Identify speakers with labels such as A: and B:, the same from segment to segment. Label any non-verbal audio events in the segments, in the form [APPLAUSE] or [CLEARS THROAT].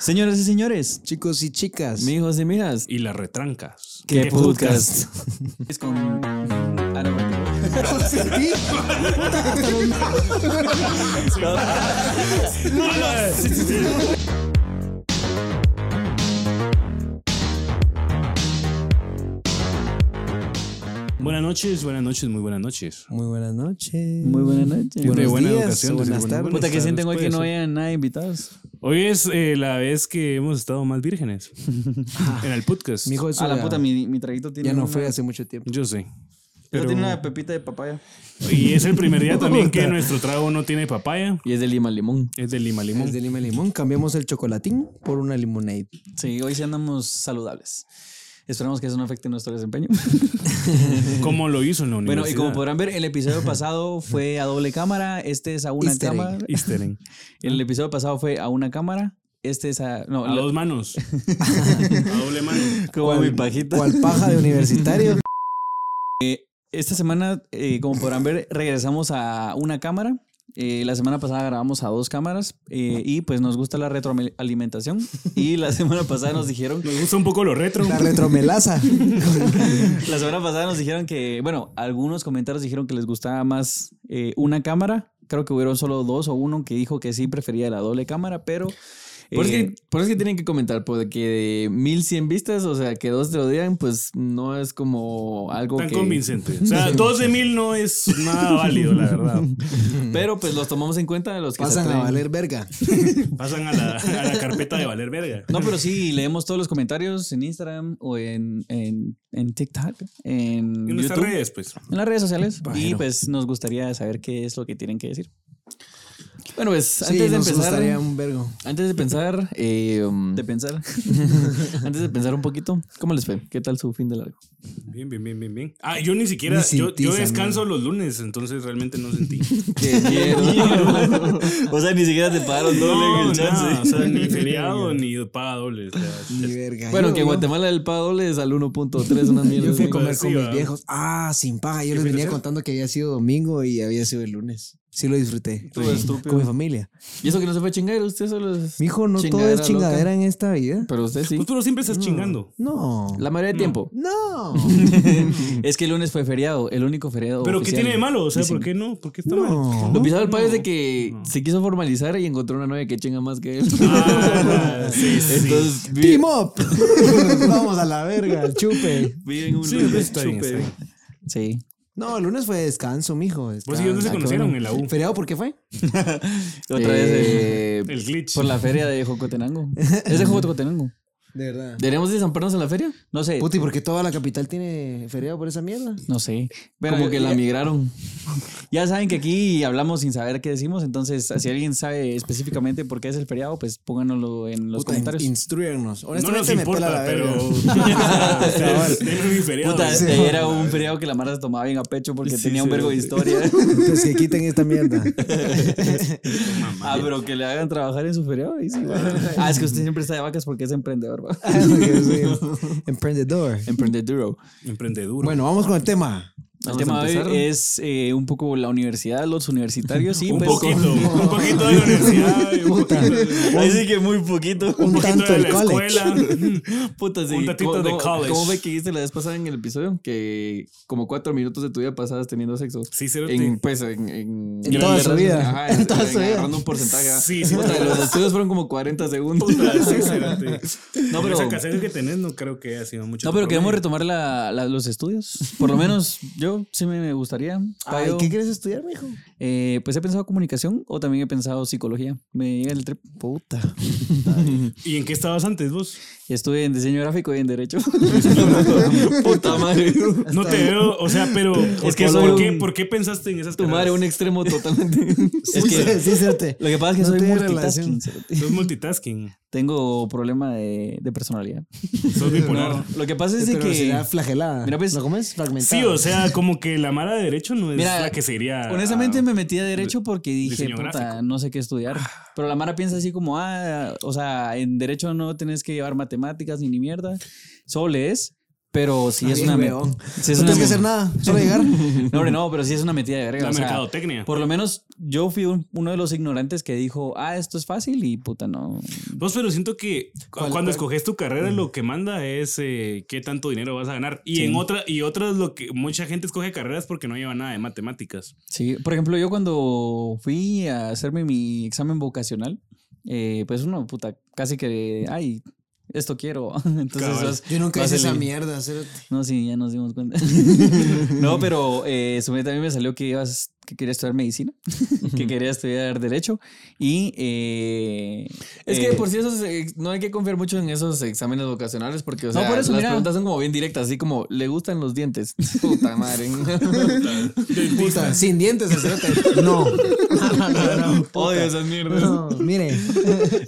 A: Señoras y señores,
B: Chicos y chicas.
A: mijos y mijas,
C: Y las retrancas.
A: qué
B: Qué
A: podcast.
B: podcast.
A: Es con Ana Martín.
C: Buenas noches, buenas noches, muy buenas noches.
B: Muy buenas noches.
A: Muy buenas noches.
B: Buenos
C: De buena
B: días,
C: educación,
B: o
C: desde
B: buenas
C: buenas-
B: tardes.
C: buenas
A: Puta que
C: tardes,
A: sienten hoy que
C: pues.
A: no hayan nada invitados.
C: Hoy es eh, la vez que hemos estado más vírgenes en el podcast.
B: Mijo, eso
A: A la
B: ya-
A: puta, mi, mi traguito tiene.
B: Ya no
A: una-
B: fue hace mucho tiempo.
C: Yo sé.
A: pero
C: Pero-
A: tiene una pepita de papaya.
C: Y es el primer día también
A: [LAUGHS]
C: que nuestro trago no tiene papaya.
A: Y es de lima limón.
C: Es de lima limón.
B: Es de lima limón. Cambiamos el chocolatín por una limonade.
A: Sí, hoy sí andamos saludables. Esperamos que eso no afecte nuestro desempeño. [LAUGHS]
C: Como lo hizo en la
A: bueno,
C: universidad.
A: y como podrán ver, el episodio pasado fue a doble cámara. Este es a una
B: Easter egg.
A: cámara.
C: Easter
A: [LAUGHS]
C: egg.
A: El episodio pasado fue a una cámara. Este es a. No,
C: A
A: la-
C: dos
A: [LAUGHS]
C: manos. A doble mano.
A: como mi pajita.
B: ¿Cuál paja de
A: [LAUGHS]
B: universitario?
A: Esta semana, eh, como podrán ver, regresamos a una cámara. Eh, la semana pasada grabamos a dos cámaras eh, y pues nos gusta la retroalimentación. Y la semana pasada nos dijeron,
C: Nos gusta un poco lo retro.
B: La retromelaza.
A: la semana pasada nos dijeron que, bueno, algunos comentarios dijeron que les gustaba más eh, una cámara. Creo que hubieron solo dos o uno que dijo que sí prefería la doble cámara, pero...
D: Por, eso
A: eh,
D: es que, por eso es que tienen que comentar, porque de 1100 vistas, o sea, que dos te lo digan, pues no es como algo
C: Tan
D: que...
C: convincente. O
A: [LAUGHS]
C: sea, dos de mil no es nada válido, la verdad.
D: [LAUGHS] Pero pues los tomamos en cuenta de los que se
B: Pasan
D: atreven.
B: a valer verga.
C: Pasan a la, a la carpeta de valer verga.
A: No, pero sí, leemos todos los comentarios en Instagram o en, en, en TikTok, en
C: En nuestras
A: YouTube.
C: redes, pues.
A: En las redes sociales. Y
B: Bueno.
A: pues nos gustaría saber qué es lo que tienen que decir.
D: Bueno, pues
B: Sí,
D: antes de
B: nos gustaría
D: empezar...
B: un vergo.
D: Antes de pensar, eh, um,
A: De pensar.
D: [LAUGHS] antes de pensar un poquito, ¿cómo les fue? ¿Qué tal su fin de largo?
C: Bien, bien, bien, bien, bien. Ah, yo ni siquiera,
B: Ni
C: yo,
B: sentís,
C: yo descanso
B: amigo.
C: los lunes, entonces realmente no
B: [LAUGHS]
C: sentí.
D: [LAUGHS]
A: o sea, ni siquiera te pagaron
C: No, nada, o sea,
A: [LAUGHS]
C: ni feriado ni paga doble. o sea,
B: Ni verga.
D: Bueno,
B: Yo-
D: que en
B: yo-
D: Guatemala el pago doble es al 1.3, una mierda.
B: Yo fui a
D: así.
B: comer con
C: Sí,
B: mis
C: va.
B: viejos. Ah, sin paja. Yo
C: ¿eh? ¿Qué
B: les
C: fuiste a
B: venía
C: hacer?
B: contando que había sido domingo y había sido el lunes. Sí lo disfruté.
A: Tú
B: Sí.
A: estúpido.
B: Con mi familia.
D: Y eso que no se fue chingar, usted solo es...
B: Mijo, no todo
D: Chingadera
B: es chingadera
D: loca.
B: en esta vida.
D: Pero usted sí.
C: Pues tú no siempre estás chingando.
B: No.
D: La mayoría del tiempo. [LAUGHS]
B: No.
A: Es que el lunes fue feriado, el único feriado.
C: Pero ¿qué
A: oficial.
C: tiene de malo? O sea,
A: Dicen-
C: ¿por qué no? ¿Por qué está
B: No.
C: mal?
A: Oh,
D: Lo pisado del payo es de que
A: Mm.
D: se quiso formalizar y encontró una novia que chinga más que él.
C: Ah, sí, sí.
D: [LAUGHS] Entonces, vi-
B: Team up. [LAUGHS] Vamos a la verga, al chupe.
A: Viven un
C: Sí,
A: lunes
C: está bien,
A: chupe.
C: está bien.
A: Sí.
B: No, el lunes fue descanso, mijo.
C: Pues sí, ¿dónde se
B: descanso.
C: conocieron? En la U.
B: ¿Feriado por qué fue?
A: Otra vez eh,
D: eh,
C: El glitch.
A: por la feria de Jocotenango. Es de [LAUGHS] Jocotenango.
B: De verdad.
D: ¿Deberíamos desampararnos en la feria?
A: No sé.
B: Puti, ¿por qué toda la capital tiene feriado por esa mierda?
A: No sé. Pero
D: Como que la
A: ya-
D: migraron.
A: [LAUGHS] Ya saben que aquí hablamos sin saber qué decimos, entonces si alguien sabe específicamente por qué es el feriado, pues pónganoslo en los
B: Puta,
A: comentarios.
B: instruirnos.
C: No nos
B: Honestamente me pela
C: importa,
B: Este la
C: pero.
B: [LAUGHS] verga.
C: [LAUGHS] Denme mi feriado. ¿eh?
A: Puta,
C: Sí.
A: era un feriado que la Mara se tomaba bien a pecho porque
C: Sí,
A: tenía un
C: sí,
A: vergo de
C: sí.
D: [LAUGHS]
A: historia.
B: Pues que quiten esta mierda.
A: ah, pero que le hagan trabajar en su feriado. ahí sí, va. ah, es que usted siempre está de vacas porque es emprendedor, ¿va?
B: Porque soy Emprendedor.
A: [LAUGHS] Emprendeduro.
C: Emprendeduro.
B: Bueno, vamos con el tema.
A: El
D: Vamos
A: tema
D: a
A: de
D: empezar.
A: hoy es eh, un poco la universidad, los universitarios,
C: [LAUGHS]
A: sí,
C: un
A: pues, [LAUGHS]
C: poquito, un poquito de la universidad, y un poquito de,
A: Ahí sí que muy poquito.
B: Un
C: un poquito
B: tanto
C: de la
B: el college.
C: escuela.
D: Puta, sí.
C: Un ratito
D: ¿Cómo-
C: de
D: cómo-
C: college.
D: ¿Cómo
C: [LAUGHS]
D: ve que viste la vez pasada en el episodio? Que como cuatro minutos de tu vida pasabas teniendo sexo.
C: Sí, cerote.
D: en, pues en, en,
B: En toda su vida.
D: Ajá, en, toda su vida. Agarrando un porcentaje. ajá.
C: Sí, sí,
D: Puta,
C: puta.
D: los estudios fueron como 40 segundos.
A: [LAUGHS]
C: Sí, cerote.
A: No,
C: Con
A: pero-
C: esa casera que tenés no creo que haya sido mucho.
A: No, pero
C: tu
A: queremos
C: problema.
A: retomar la- la- los estudios. Por lo menos yo sí me gustaría.
B: Ay,
A: Tayo,
B: ¿Qué quieres estudiar, mijo?
A: eh, pues he pensado comunicación o también he pensado psicología. Me llega el trip. Puta.
C: ¿Y en qué estabas antes vos?
A: Estuve en diseño gráfico y
B: [LAUGHS]
A: en derecho. Puta madre.
C: No te veo, o sea, pero
A: que
C: ¿por,
A: soy
C: qué,
A: un-
C: por qué pensaste en esas
D: Tu madre, un
C: carreras?
D: extremo totalmente.
A: Es
B: Sí,
A: que
B: sí, cierto.
A: lo que pasa es que
B: No
A: soy
B: tiene
A: multitasking.
B: relación.
A: cerote.
C: Sos multitasking,
A: Tengo problema de, de personalidad.
C: sos bipolar.
A: Lo que pasa es de
B: Pero
A: que.
B: será flagelada.
A: Mira, pues-
B: ¿Lo comes? Fragmentado.
C: Sí, o sea, como que la mala de derecho no es
A: Mira,
C: la que sería.
A: Honestamente me metí a derecho porque dije,
C: diseño
A: puta,
C: gráfico".
A: no sé qué estudiar.
B: Ah.
A: Pero la Mara piensa así como, ah, o sea, en derecho no tenés que llevar matemáticas ni ni mierda, solo lees.
E: Pero si
B: Ah,
E: es
B: bien,
E: una. me-
B: weón.
E: sí es
B: no tienes
E: una
B: que
E: me-
B: hacer nada, solo llegar.
E: [LAUGHS] No, hombre, no, pero sí es una metida de verga.
C: La
E: o sea,
C: mercadotecnia.
E: Por lo menos yo fui un- uno de los ignorantes que dijo, ah, esto es fácil y puta, no.
C: Vos, Pues, pero siento que cu-
B: ¿Cuál-
C: cuando
B: cuál?
C: escoges tu carrera, lo que manda es eh, qué tanto dinero vas a ganar. Y en otra, y otras lo que mucha gente escoge carreras porque no lleva nada de matemáticas.
E: Sí, por ejemplo, yo cuando fui a hacerme mi examen vocacional, eh, pues uno, puta, casi que, ay, esto quiero. [LAUGHS] Entonces,
C: Cabal.
E: vas-
B: Yo nunca
E: vas
B: hice esa
E: ele-
B: mierda. cerote.
E: No, sí, ya nos
A: [LAUGHS]
E: dimos cuenta. no, pero eh, su meta a mí me salió que ibas, que quería estudiar medicina, que quería estudiar derecho y... eh,
A: Es
E: eh,
A: que por si esos eh, no hay que confiar mucho en esos exámenes vocacionales porque o
E: No,
A: sea,
E: por eso,
A: las
E: mira.
A: preguntas son como bien directas, así como le gustan los dientes.
E: [LAUGHS]
A: Puta madre. [LAUGHS]
B: Puta, sin dientes, el cerote. No.
A: Odio esas mierdas.
B: No, mire.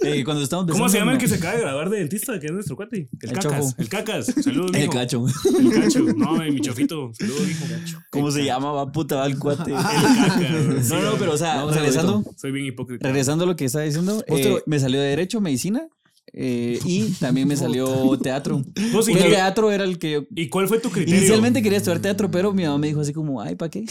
E: eh, cuando estábamos
C: ¿Cómo
E: pensando
C: se llama el
E: en-
C: que se acaba de grabar de dentista? Que es nuestro cuate. El,
E: El
C: cacas.
E: Chofo.
C: El cacas. Saludos,
A: [LAUGHS] El
C: mijo.
A: cacho.
C: El cacho. No, eh, mi chofito. Saludos, mijo.
E: ¿Cómo se llama? Va puta, va el [LAUGHS] cuate.
C: El cacas.
E: No, no, pero o sea,
A: No,
E: regresando,
C: Soy bien hipócrita.
E: regresando a lo que estaba diciendo,
B: Pues,
A: Vos te lo-
E: eh, me salió derecho, medicina eh, y también me salió teatro.
C: Vos,
E: Que
C: ¿y,
E: el
C: qué-
E: teatro era el que yo...
C: y cuál fue tu criterio?
E: Inicialmente quería estudiar teatro, pero mi mamá me dijo así como, ay, ¿para qué?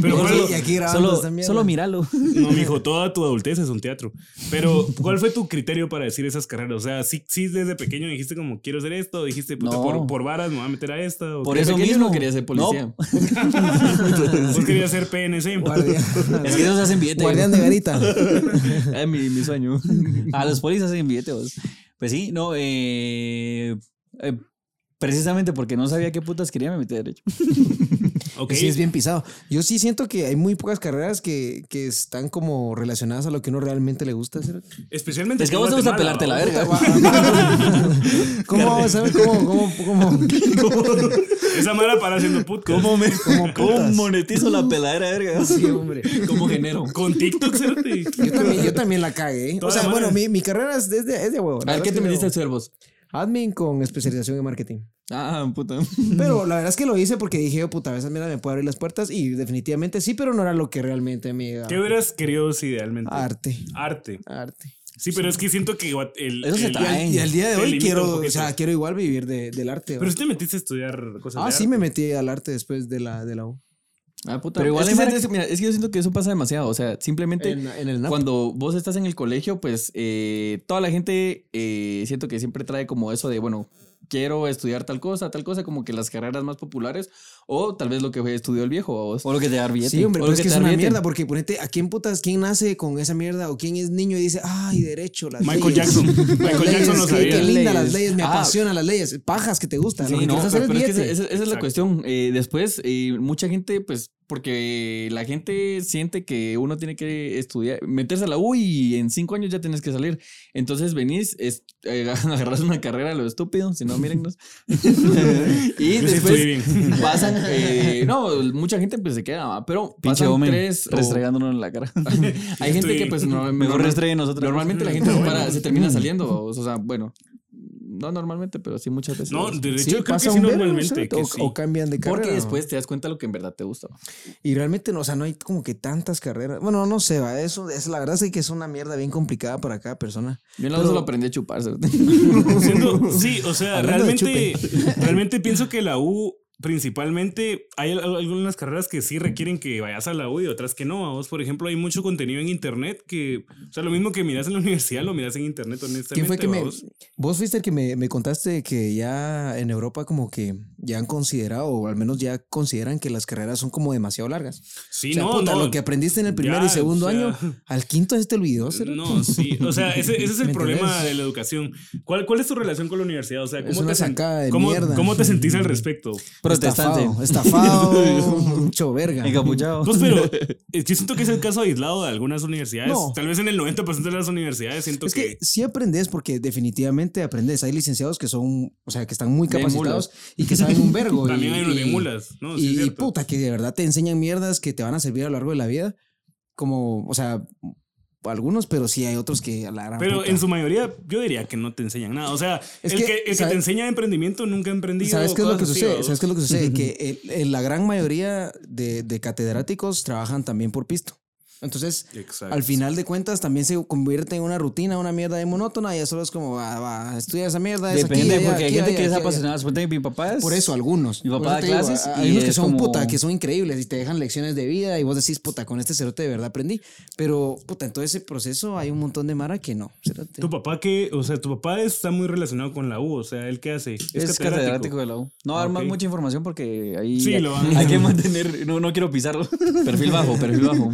C: Pero
B: Oye,
C: cuál-
B: y aquí grabando
E: [LAUGHS] Solo,
B: esta mierda.
E: solo míralo.
C: No, mijo, toda tu adultez es un teatro. Pero, ¿cuál fue tu criterio para decir esas carreras? O sea, sí, sí desde pequeño dijiste como quiero hacer esto, o dijiste puta,
E: No.
C: por, por varas me voy a meter a esta. ¿O
E: Por
C: qué?
E: eso
A: pequeño
E: mismo
A: no quería ser policía.
C: Vos querías ser PNC. [LAUGHS]
B: Guardián.
E: Es que ellos hacen billete.
B: Guardián de garita.
E: [LAUGHS] Ah,
A: Es mi, mi sueño.
E: A los polis hacen billete, vos. Pues sí, no, eh, eh, precisamente porque no sabía qué putas quería, me metí a derecho.
C: Ok.
B: Que Sí, es bien pisado. Yo sí siento que hay muy pocas carreras que, que están como relacionadas a lo que uno realmente le gusta hacer.
C: Especialmente.
E: Es que
C: aquí en
E: vos te gusta
C: Guatemala,
E: pelarte la
C: ¿va?
B: [LAUGHS]
E: verga.
B: ¿Cómo vamos a ver cómo, cómo, cómo?
C: [LAUGHS] Esa mala para haciendo podcast. ¿Cómo me?
E: [LAUGHS] ¿Cómo monetizo la peladera, verga?
B: Sí, hombre.
E: ¿Cómo genero?
C: Con TikTok, cerote.
B: Yo también, yo también la cagué. ¿eh? O
C: Toda
B: sea,
C: madre.
B: bueno, mi, mi carrera es de, es de- es de huevo.
A: A ver, ¿qué te metiste al servos?
B: Admin con especialización en marketing.
A: Ah, puta.
B: Pero la verdad es que lo hice porque dije, oh, puta, a veces mira, me puede abrir las puertas y definitivamente sí, pero no era lo que realmente me iba.
C: ¿Qué hubieras querido si idealmente?
B: Arte,
C: Arte.
B: arte.
C: Sí, pero es que siento que guat- el.
E: Eso se
C: el-
E: trae.
B: Y al, y al día de
C: Te
B: hoy
C: limita un
B: quiero, o
C: poquito.
B: sea, quiero igual vivir de- del arte. ¿va?
C: Pero si te metiste a estudiar cosas.
B: Ah,
C: de
B: sí,
C: arte.
B: me metí al arte después de la, de la U.
A: Ah, puta.
E: Pero igual
A: es que,
E: hay mar-
A: ¿sabes? Mira, es que yo siento que eso pasa demasiado. O sea, simplemente
B: En, en el NAP.
A: cuando vos estás en el colegio, pues eh, toda la gente eh, siento que siempre trae como eso de, bueno, quiero estudiar tal cosa, tal cosa, como que las carreras más populares o tal vez lo que estudió el viejo. ¿va vos?
E: O lo que te da billete.
B: Sí, hombre,
A: o
B: pero
A: lo
B: es
A: que
B: que es
A: te
B: una
A: avienten.
B: mierda porque ponete, ¿a quién putas, quién nace con esa mierda? ¿O quién es niño y dice, ay, derecho, las
C: Mm. Michael
B: leyes"? [LAUGHS]
C: [LAUGHS] Jackson. Michael
B: Las
C: Jackson
B: leyes,
C: lo
B: qué- Qué
C: sabía.
B: linda
A: Leyes.
B: las leyes, me
A: Ah.
B: apasionan las leyes. Pajas que te gustan.
A: Sí,
B: lo que
A: no,
B: quieres hacer
A: pero,
B: es
A: pero es que esa,
B: billete.
A: esa- esa es la
C: Exacto.
A: cuestión. Eh, después, eh, mucha gente, pues, porque la gente siente que uno tiene que estudiar, meterse a la U y en cinco años ya tienes que salir. Entonces venís, es- eh, [LAUGHS] agarras una carrera a lo estúpido, si no,
B: [LAUGHS]
A: mírennos. y
C: Yo sí estudié
A: después
C: bien.
A: pasan, eh, no, mucha gente pues se queda, ah, pero
E: Pinche
A: pasan
E: homen,
A: tres o-
E: restregándonos en la cara.
A: [LAUGHS] Hay gente
C: Estoy-
A: que
C: [LAUGHS]
A: pues no,
E: Mejor
A: normal-
E: restreguen nosotros.
A: normalmente la gente se, para- se termina saliendo, o sea, bueno, no normalmente, pero sí muchas veces.
C: No, de hecho,
B: Sí,
C: yo creo que
B: pasa
C: sí,
B: un verbo,
C: normalmente.
B: ¿cierto?
C: que
B: o,
C: sí.
B: o cambian de carrera.
A: Porque
B: ¿no?
A: después te das cuenta de lo que en verdad te gusta.
B: Y realmente, no, o sea, no hay como que tantas carreras. Bueno, no sé, va. Eso, es, la verdad es que es una mierda bien complicada para cada persona.
A: Yo en la
B: Pero-
A: U solo aprendí a chupar. [LAUGHS] cerote.
B: [LAUGHS]
C: pues. Siendo- sí, o sea,
B: Hablando de
C: realmente, realmente pienso que la U principalmente hay al- algunas carreras que sí requieren que vayas a la U y otras que no. A vos, por ejemplo, hay mucho contenido en internet que, o sea, lo mismo que miras en la [LAUGHS] universidad, lo miras en internet, honestamente.
B: ¿Quién fue que me,
C: vamos.
B: vos fuiste el que me, me contaste que ya en Europa como que ya han considerado, o al menos ya consideran que las carreras son como demasiado largas.
C: Sí,
B: o sea,
C: no,
B: puta,
C: no.
B: lo que aprendiste en el primero
C: Ya,
B: y segundo
C: o sea,
B: año, al quinto este olvidó. cerote.
C: No, sí. O sea, ese, ese es
B: [LAUGHS]
C: el
B: ¿Me
C: problema
B: entendés?
C: de la educación. ¿Cuál, ¿Cuál es tu relación con la universidad? O sea, ¿cómo,
B: Es una
C: te, sen-
B: sacada de
C: cómo-
B: mierda.
C: cómo te sentís al respecto?
E: Protestante.
B: Estafado, estafado, mucho verga.
E: Mm. Encapuchado.
C: Pues, pero eh, yo siento que es el caso aislado de algunas universidades.
B: No.
C: Tal vez en el 90% de las universidades siento
B: Es que sí aprendes porque definitivamente aprendes. Hay licenciados que son, o sea, que están muy
A: Bien
B: capacitados y que saben un
C: [LAUGHS]
B: vergo. y-
C: También hay unos de
B: y-
C: mulas, ¿no? [LAUGHS] Sí, es
B: y, y
C: cierto.
B: puta, que de verdad te enseñan mierdas que te van a servir a lo largo de la vida. Como, o sea, algunos, pero sí hay otros que a la gran
C: Pero
B: puta.
C: en su mayoría, yo diría que no te enseñan nada. O sea,
B: Es
C: el,
B: que,
C: que, el que
B: ¿sabe-
C: te enseña emprendimiento nunca ha emprendido.
B: ¿Sabes qué es lo que
C: cosas así,
B: sucede?
C: ¿no?
B: ¿Sabes qué es lo que sucede? que el- el- la gran mayoría de, de catedráticos trabajan también por pisto. Entonces,
C: Exacto.
B: al final de cuentas, también se convierte en una rutina, una mierda de monótona. Ya solo es como, va, va, estudia esa mierda. es aquí,
E: Depende,
B: allá,
E: porque hay
B: aquí,
E: gente
B: allá,
E: que es
B: aquí, allá.
E: apasionada. Suponte que mi papá es.
B: Por eso, algunos.
E: Mi
B: Por eso
E: papá da
B: te digo,
E: clases
B: a-
E: y
B: Hay unos que
E: es
B: son
E: como-
B: puta, que son increíbles y te dejan lecciones de vida y vos decís, puta, con este cerote de verdad aprendí. Pero, puta, en todo ese proceso hay un montón de mara que no. cerote.
C: Tu papá que, o sea, tu papá está muy relacionado con la U, o sea, él qué hace? Es,
E: Es catedrático de la U. No
C: Ah,
E: dar más
C: ok.
E: mucha información porque ahí
C: Sí,
E: hay,
C: lo van a-
E: hay que mantener. No, no
A: [LAUGHS]
E: quiero pisarlo. Perfil bajo, perfil bajo.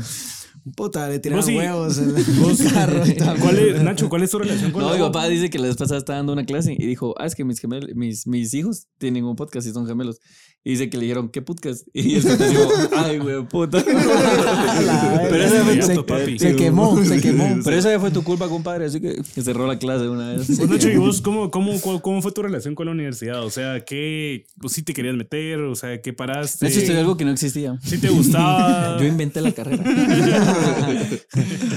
B: Puta, le tiraron
C: Vos sí-
B: huevos
C: [LAUGHS]
B: en el carro. y tal.
C: ¿Cuál es, Nacho, ¿cuál es tu relación con
A: No,
C: la
A: mi
C: U?
A: papá dice que la vez pasada estaba dando una clase y dijo, ah, es que mis gemel- mis, mis hijos tienen un podcast y son gemelos. Y dice que le dijeron, ¿qué podcast? [LAUGHS] Y el te dijo, ay, güey, puta. [LAUGHS]
C: Pero ese fue tu papi.
B: se, se quemó, se quemó.
E: Pero esa ya fue tu culpa, compadre. Así que.
A: Que cerró la clase una vez.
C: Pues, Nacho, ¿y vos cómo, cómo, cómo, cómo fue tu relación con la universidad? O sea, ¿qué, pues, si te querías meter? O sea, ¿qué paraste?
A: De hecho, estudió algo que no existía.
C: ¿Sí te gustaba?
A: [LAUGHS] Yo inventé la carrera.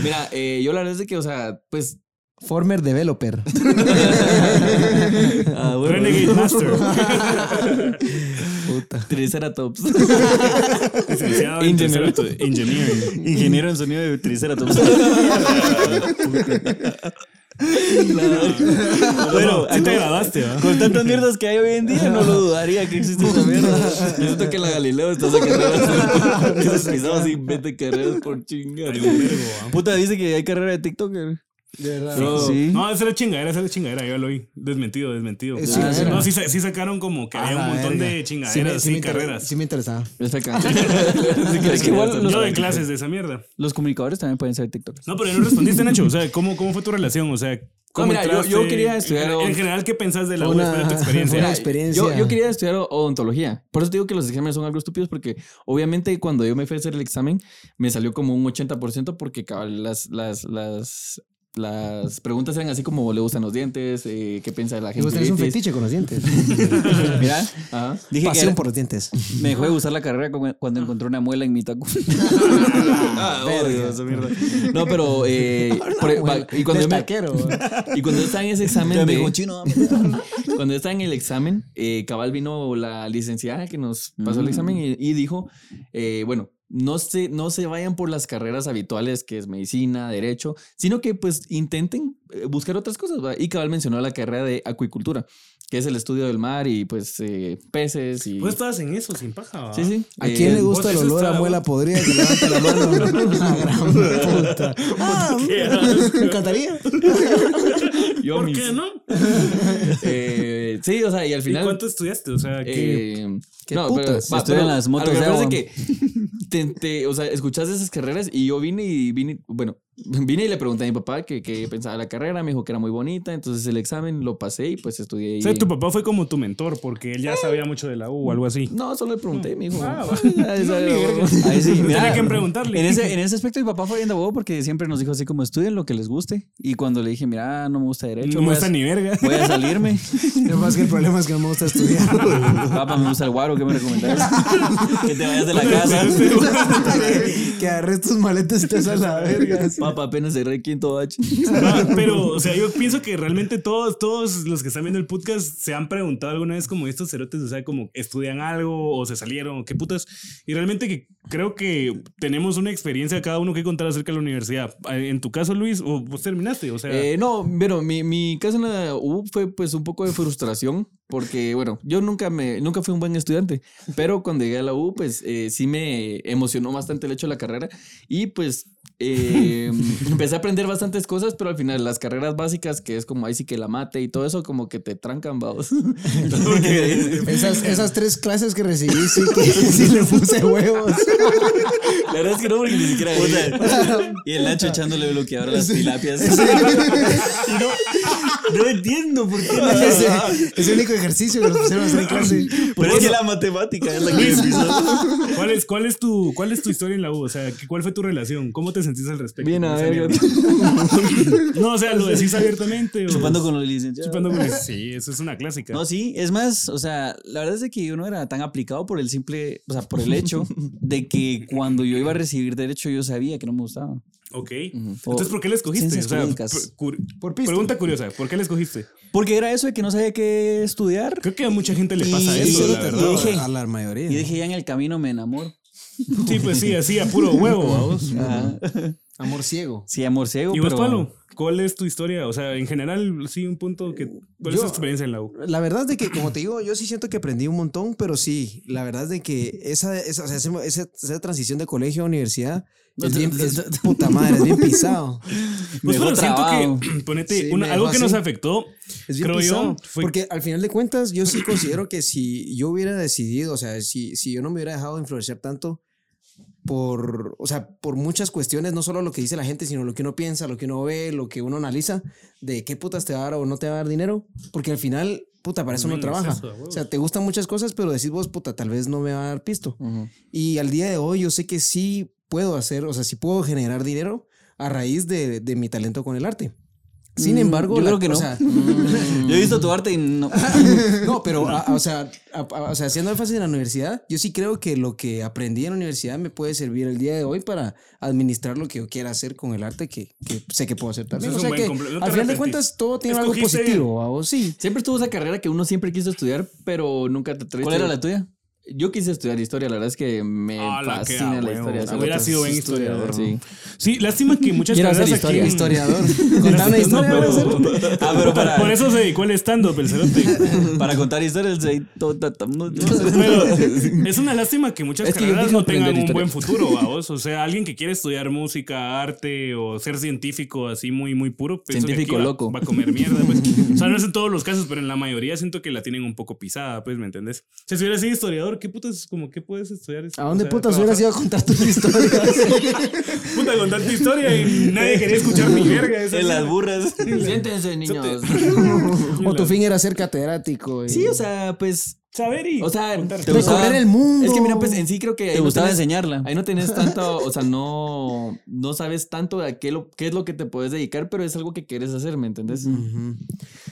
A: Mira, eh, yo la verdad es de que, o sea,
E: [LAUGHS]
A: pues.
B: Former developer.
A: ah, bueno,
C: Renegade Master.
B: Puta.
A: Triceratops. [LAUGHS]
C: Licenciado en
A: Ingeniero.
C: tercero- Engineering.
E: Ingeniero en sonido de Triceratops.
C: Bueno, sí te graduaste, ¿va?
E: Con tantas mierdas que hay hoy en día, no lo dudaría que existe esa mierda.
A: Yo siento que la Galileo está
E: [LAUGHS]
A: sacando esos pisados y vete carreras por chingar.
C: Algo vergo, ¿va?
E: Puta, dice que hay carrera de TikToker.
B: De verdad.
A: Bro,
E: Sí.
C: No, esa era chingadera, esa era chingadera, yo lo oí. Desmentido, desmentido.
B: Es
C: Ah,
B: chingadera.
C: no, sí, sa- sí sacaron como que
B: A
C: había un
B: la
C: montón
B: verga.
C: de
B: Sí me-
C: chingaderas,
B: sí
C: sí,
B: me inter-
C: carreras.
B: Sí me interesaba.
A: Es [LAUGHS] pecante. Es que igual los-
C: Yo de clases de esa mierda.
E: Los comunicadores también pueden ser TikTokers.
C: No, pero no respondiste, Nacho. O sea, ¿cómo, cómo fue tu relación? O sea, ¿cómo
A: mira, yo- yo
C: entraste?
A: quería estudiar-
C: En, en general, ¿qué pensás de la U
B: Una-
C: después de tu
A: [LAUGHS]
C: experiencia?
B: una
A: Mira,
B: experiencia.
A: Yo, yo quería estudiar o- odontología. Por eso te digo que los exámenes son algo estúpidos porque obviamente cuando yo me fui a hacer el examen me salió como un 80% porque cabal, las, las, las, las preguntas eran así como le gustan los dientes, eh, qué piensa de la
B: Y
A: gente.
B: vos tenés un fetiche con los dientes.
E: Mira,
A: Ajá.
E: dije que
B: Pasión
E: era-
B: por los dientes.
E: me dejó de gustar la carrera cu- cuando encontré una muela en mi taco.
A: Ah, odio esa mierda. No,
B: [LAUGHS]
A: pero... eh,
B: Ah,
A: por- va- y, cuando yo me-
B: taquero.
A: y cuando yo estaba en
B: [LAUGHS]
A: ese examen... de-
E: chino.
A: Cuando estaba en el examen, eh, cabal vino la licenciada que nos pasó el
E: Mm.
A: examen y, y dijo, eh, bueno, no se, no se vayan por las carreras habituales que es medicina, derecho, sino que pues intenten eh, buscar otras cosas. ¿va? Y cabal mencionó la carrera de acuicultura, que es el estudio del mar y pues eh, peces y...
C: Vos estabas en eso, sin paja. ¿va?
A: sí, sí.
B: Pues, ¿A
A: Eh,
B: quién le gusta
C: vos
B: el
C: eso
B: olor a
C: está-
B: muela podrida? Que levante la mano. La gran puta. Ah, me encantaría.
A: yo
C: ¿Por
A: mis-
C: qué no?
A: [LAUGHS] eh, sí, o sea, y al
C: ¿Y
A: final...
C: cuánto estudiaste? O sea, que
A: Eh,
B: ¿Qué
A: no,
B: putas?
A: pero, va,
E: Estudian
A: pero
E: las motos
A: a lo que
E: de
A: me
E: agua.
A: parece que te- te- o sea, escuchas de esas carreras y yo vine y vine, bueno, [LAUGHS] vine y le pregunté a mi papá que, que pensaba de la carrera, me dijo que era muy bonita, entonces el examen lo pasé y pues estudié. ahí
C: O sea, tu
A: en-
C: papá fue como tu mentor, porque él ya sabía mucho de la U o algo así.
A: No, solo le pregunté, me dijo.
E: [LAUGHS]
C: Ah, va. No, ni verga.
E: Ahí sí,
C: [LAUGHS]
E: mira.
C: Tenía que preguntarle.
E: En
C: [LAUGHS]
E: ese, en ese aspecto, mi papá fue bien de bobo porque siempre nos dijo así como estudien lo que les guste. Y cuando le dije, mira, no me gusta
C: no
E: derecho,
C: me
A: pues,
E: voy,
C: gusta
E: a,
C: ni verga.
E: voy a salirme.
B: Lo más que el problema es que no me gusta estudiar.
E: Papá, me gusta el guaro, ¿qué
C: [LAUGHS]
E: me recomendás? que te vayas
B: [LAUGHS]
E: de la casa.
B: que agarres tus maletas y te vas a la verga.
A: Papá, apenas cerré quinto H.
C: No, pero, o sea, yo pienso que realmente todos, todos los que están viendo el podcast se han preguntado alguna vez como estos cerotes, o sea, como estudian algo o se salieron, o qué putas. Y realmente que creo que tenemos una experiencia cada uno que contar acerca de la universidad. En tu caso, Luis, o vos terminaste, o sea,
A: Eh, no, pero mi, mi caso en la U fue pues un poco de frustración porque, bueno, yo nunca me nunca fui un buen estudiante, pero cuando llegué a la U pues eh, sí me emocionó bastante el hecho de la carrera y pues eh, empecé a aprender bastantes cosas, pero al final las carreras básicas que es como ahí sí que la mate y todo eso como que te trancan, vamos. [LAUGHS] Porque
B: Esas, esas tres clases que recibí, sí que [LAUGHS] sí le puse huevos. [LAUGHS]
A: la verdad es que no, porque ni siquiera...
E: Y el Nacho echándole bloqueador a las tilapias. no, entiendo por qué.
B: Ese, ese único ejercicio que nos pusieron a hacer en clase.
E: [LAUGHS] Pero es que la matemática es
C: [LAUGHS]
E: la que
C: ¿cuál, es, cuál, es tu, ¿cuál es tu historia en la U? O sea, ¿qué- ¿cuál fue tu relación? ¿Cómo te sentís al respecto?
A: Bien, a
C: Esa
A: ver.
C: mierda. [LAUGHS] No, o sea, lo decís abiertamente. o-
E: Chupando con los licenciados.
C: Chupando con- Sí, eso es una clásica.
E: No, sí, es más, o sea, la verdad es de que yo no era tan aplicado por el simple, o sea, por
C: [LAUGHS]
E: el hecho de que cuando yo iba a recibir derecho yo sabía que no me gustaba.
C: Ok.
E: O
C: Entonces, ¿por qué la escogiste?
E: ciencias jurídicas.
C: por- cur-
B: Por pisto.
C: pregunta curiosa, ¿por qué la escogiste?
E: Porque era eso de que no sabía qué estudiar
C: Creo que a mucha gente le
E: Y-
C: pasa
E: y
C: eso,
E: solo
C: la
E: te-
C: verdad.
E: dije-
B: a la mayoría.
E: y dije ya en el camino me enamoro.
C: Sí, pues sí, así a puro huevo, vamos.
E: Ajá.
B: Amor ciego.
E: Sí, amor ciego.
C: ¿Y vos,
E: pero-
C: Pablo? ¿Cuál es tu historia? O sea, en general, sí, un punto que. ¿Cuál es
B: Yo-
C: tu experiencia en la U?
B: La verdad es de que, como te digo, yo sí siento que aprendí un montón, pero sí, la verdad es de que esa, esa, o sea, esa, esa- esa transición de colegio a universidad
E: No,
B: es
E: te-
B: bien,
E: te-
B: es-
E: te-
B: puta madre, es
E: [LAUGHS]
B: bien pisado.
E: Me
C: Pues
E: dejó
C: bueno, siento
E: trabado.
C: que. [CLEARS THROAT] Ponete.
B: Sí,
C: una-
B: me
C: algo
B: dejó
C: que nos
B: así.
C: afectó.
B: Es bien
C: Creo yo,
B: pisado,
C: fue-
B: Porque al final de cuentas, yo sí considero que si yo hubiera decidido, o sea, si, si yo no me hubiera dejado influenciar tanto por, o sea, por muchas cuestiones, no solo lo que dice la gente, sino lo que uno piensa, lo que uno ve, lo que uno analiza, de qué putas te va a dar o no te va a dar dinero, porque al final, puta, para eso uno
C: Men,
B: trabaja.
C: es eso, a huevo.
B: o sea, te gustan muchas cosas, pero decís vos, puta, tal vez no me va a dar pisto. Y al día de hoy yo sé que sí puedo hacer, o sea, sí puedo generar dinero a raíz de, de mi talento con el arte. Sin
E: Mm,
B: embargo,
E: yo
B: la-
E: creo que
B: o
E: no. [LAUGHS]
B: sea,
E: [LAUGHS] Yo he visto tu arte y no. [LAUGHS]
B: no, pero, a- a- o, sea, a- a- o sea, haciendo énfasis en la universidad, yo sí creo que lo que aprendí en la universidad me puede servir el día de hoy para administrar lo que yo quiera hacer con el arte que, que sé que puedo hacer también. O
C: Eso es
B: sea
C: un buen
B: que,
C: comple- no te
B: al final de
C: arrepentís.
B: cuentas, todo tiene algo
C: Escogiste
B: positivo, ¿va vos? Sí.
A: Siempre estuvo esa carrera que uno siempre quiso estudiar, pero nunca te atreviste.
E: ¿Cuál era la tuya?
A: Yo quise estudiar historia, la verdad es que me
C: Ah, la que,
A: fascina
C: ah,
A: la
C: huevo.
A: historia.
C: Hubiera sido buen historiador.
A: Sí.
C: Sí, lástima que muchas
A: Quiero hacer
C: carreras
A: historia,
C: aquí- [LAUGHS]
B: Historiador. Contar una historia.
C: No,
B: ¿va vos?
C: pero- [LAUGHS]
E: Ah, pero para,
C: Por eso se dedicó al stand-up, el cerote.
E: para contar historias de... to- to- to- no-
C: [LAUGHS] Pero es una lástima que muchas
A: Es que yo
C: carreras
A: quise
C: no tengan un
A: aprender
C: buen futuro, vamos. O sea, alguien que quiere estudiar música, arte o ser científico así muy, muy puro. pienso que
A: Científico
C: aquí va-
A: loco.
C: Va a comer mierda, pues. O sea, no es en todos los casos, pero en la mayoría siento que la tienen un poco pisada, pues, ¿me entendés? O sea, si hubiera sido historiador, ¿qué putas, como qué puedes estudiar?
B: ¿A dónde
C: O sea,
B: putas hubieras ido a contar tus
C: [LAUGHS]
B: historias?
C: trabajar- Puta, contar tu historia y nadie quería escuchar mi verga. eso
E: en
C: sí.
E: las burras.
C: [LAUGHS]
A: Siéntense, niños.
B: o tu fin era ser catedrático. y-
A: Sí, o sea, pues.
C: Saber y
A: O sea,
C: contar.
A: te
B: Recorrer
A: gustaba-
B: el mundo.
A: Es que mira, pues en sí creo que. ahí
E: ¿Te
A: no
E: gustaba
A: tenés-
E: enseñarla?
A: Ahí no tenés tanto, o sea, no, no sabes tanto a qué, lo, qué es lo que te puedes dedicar, pero es algo que quieres hacer, ¿me entendés?
B: Ujú.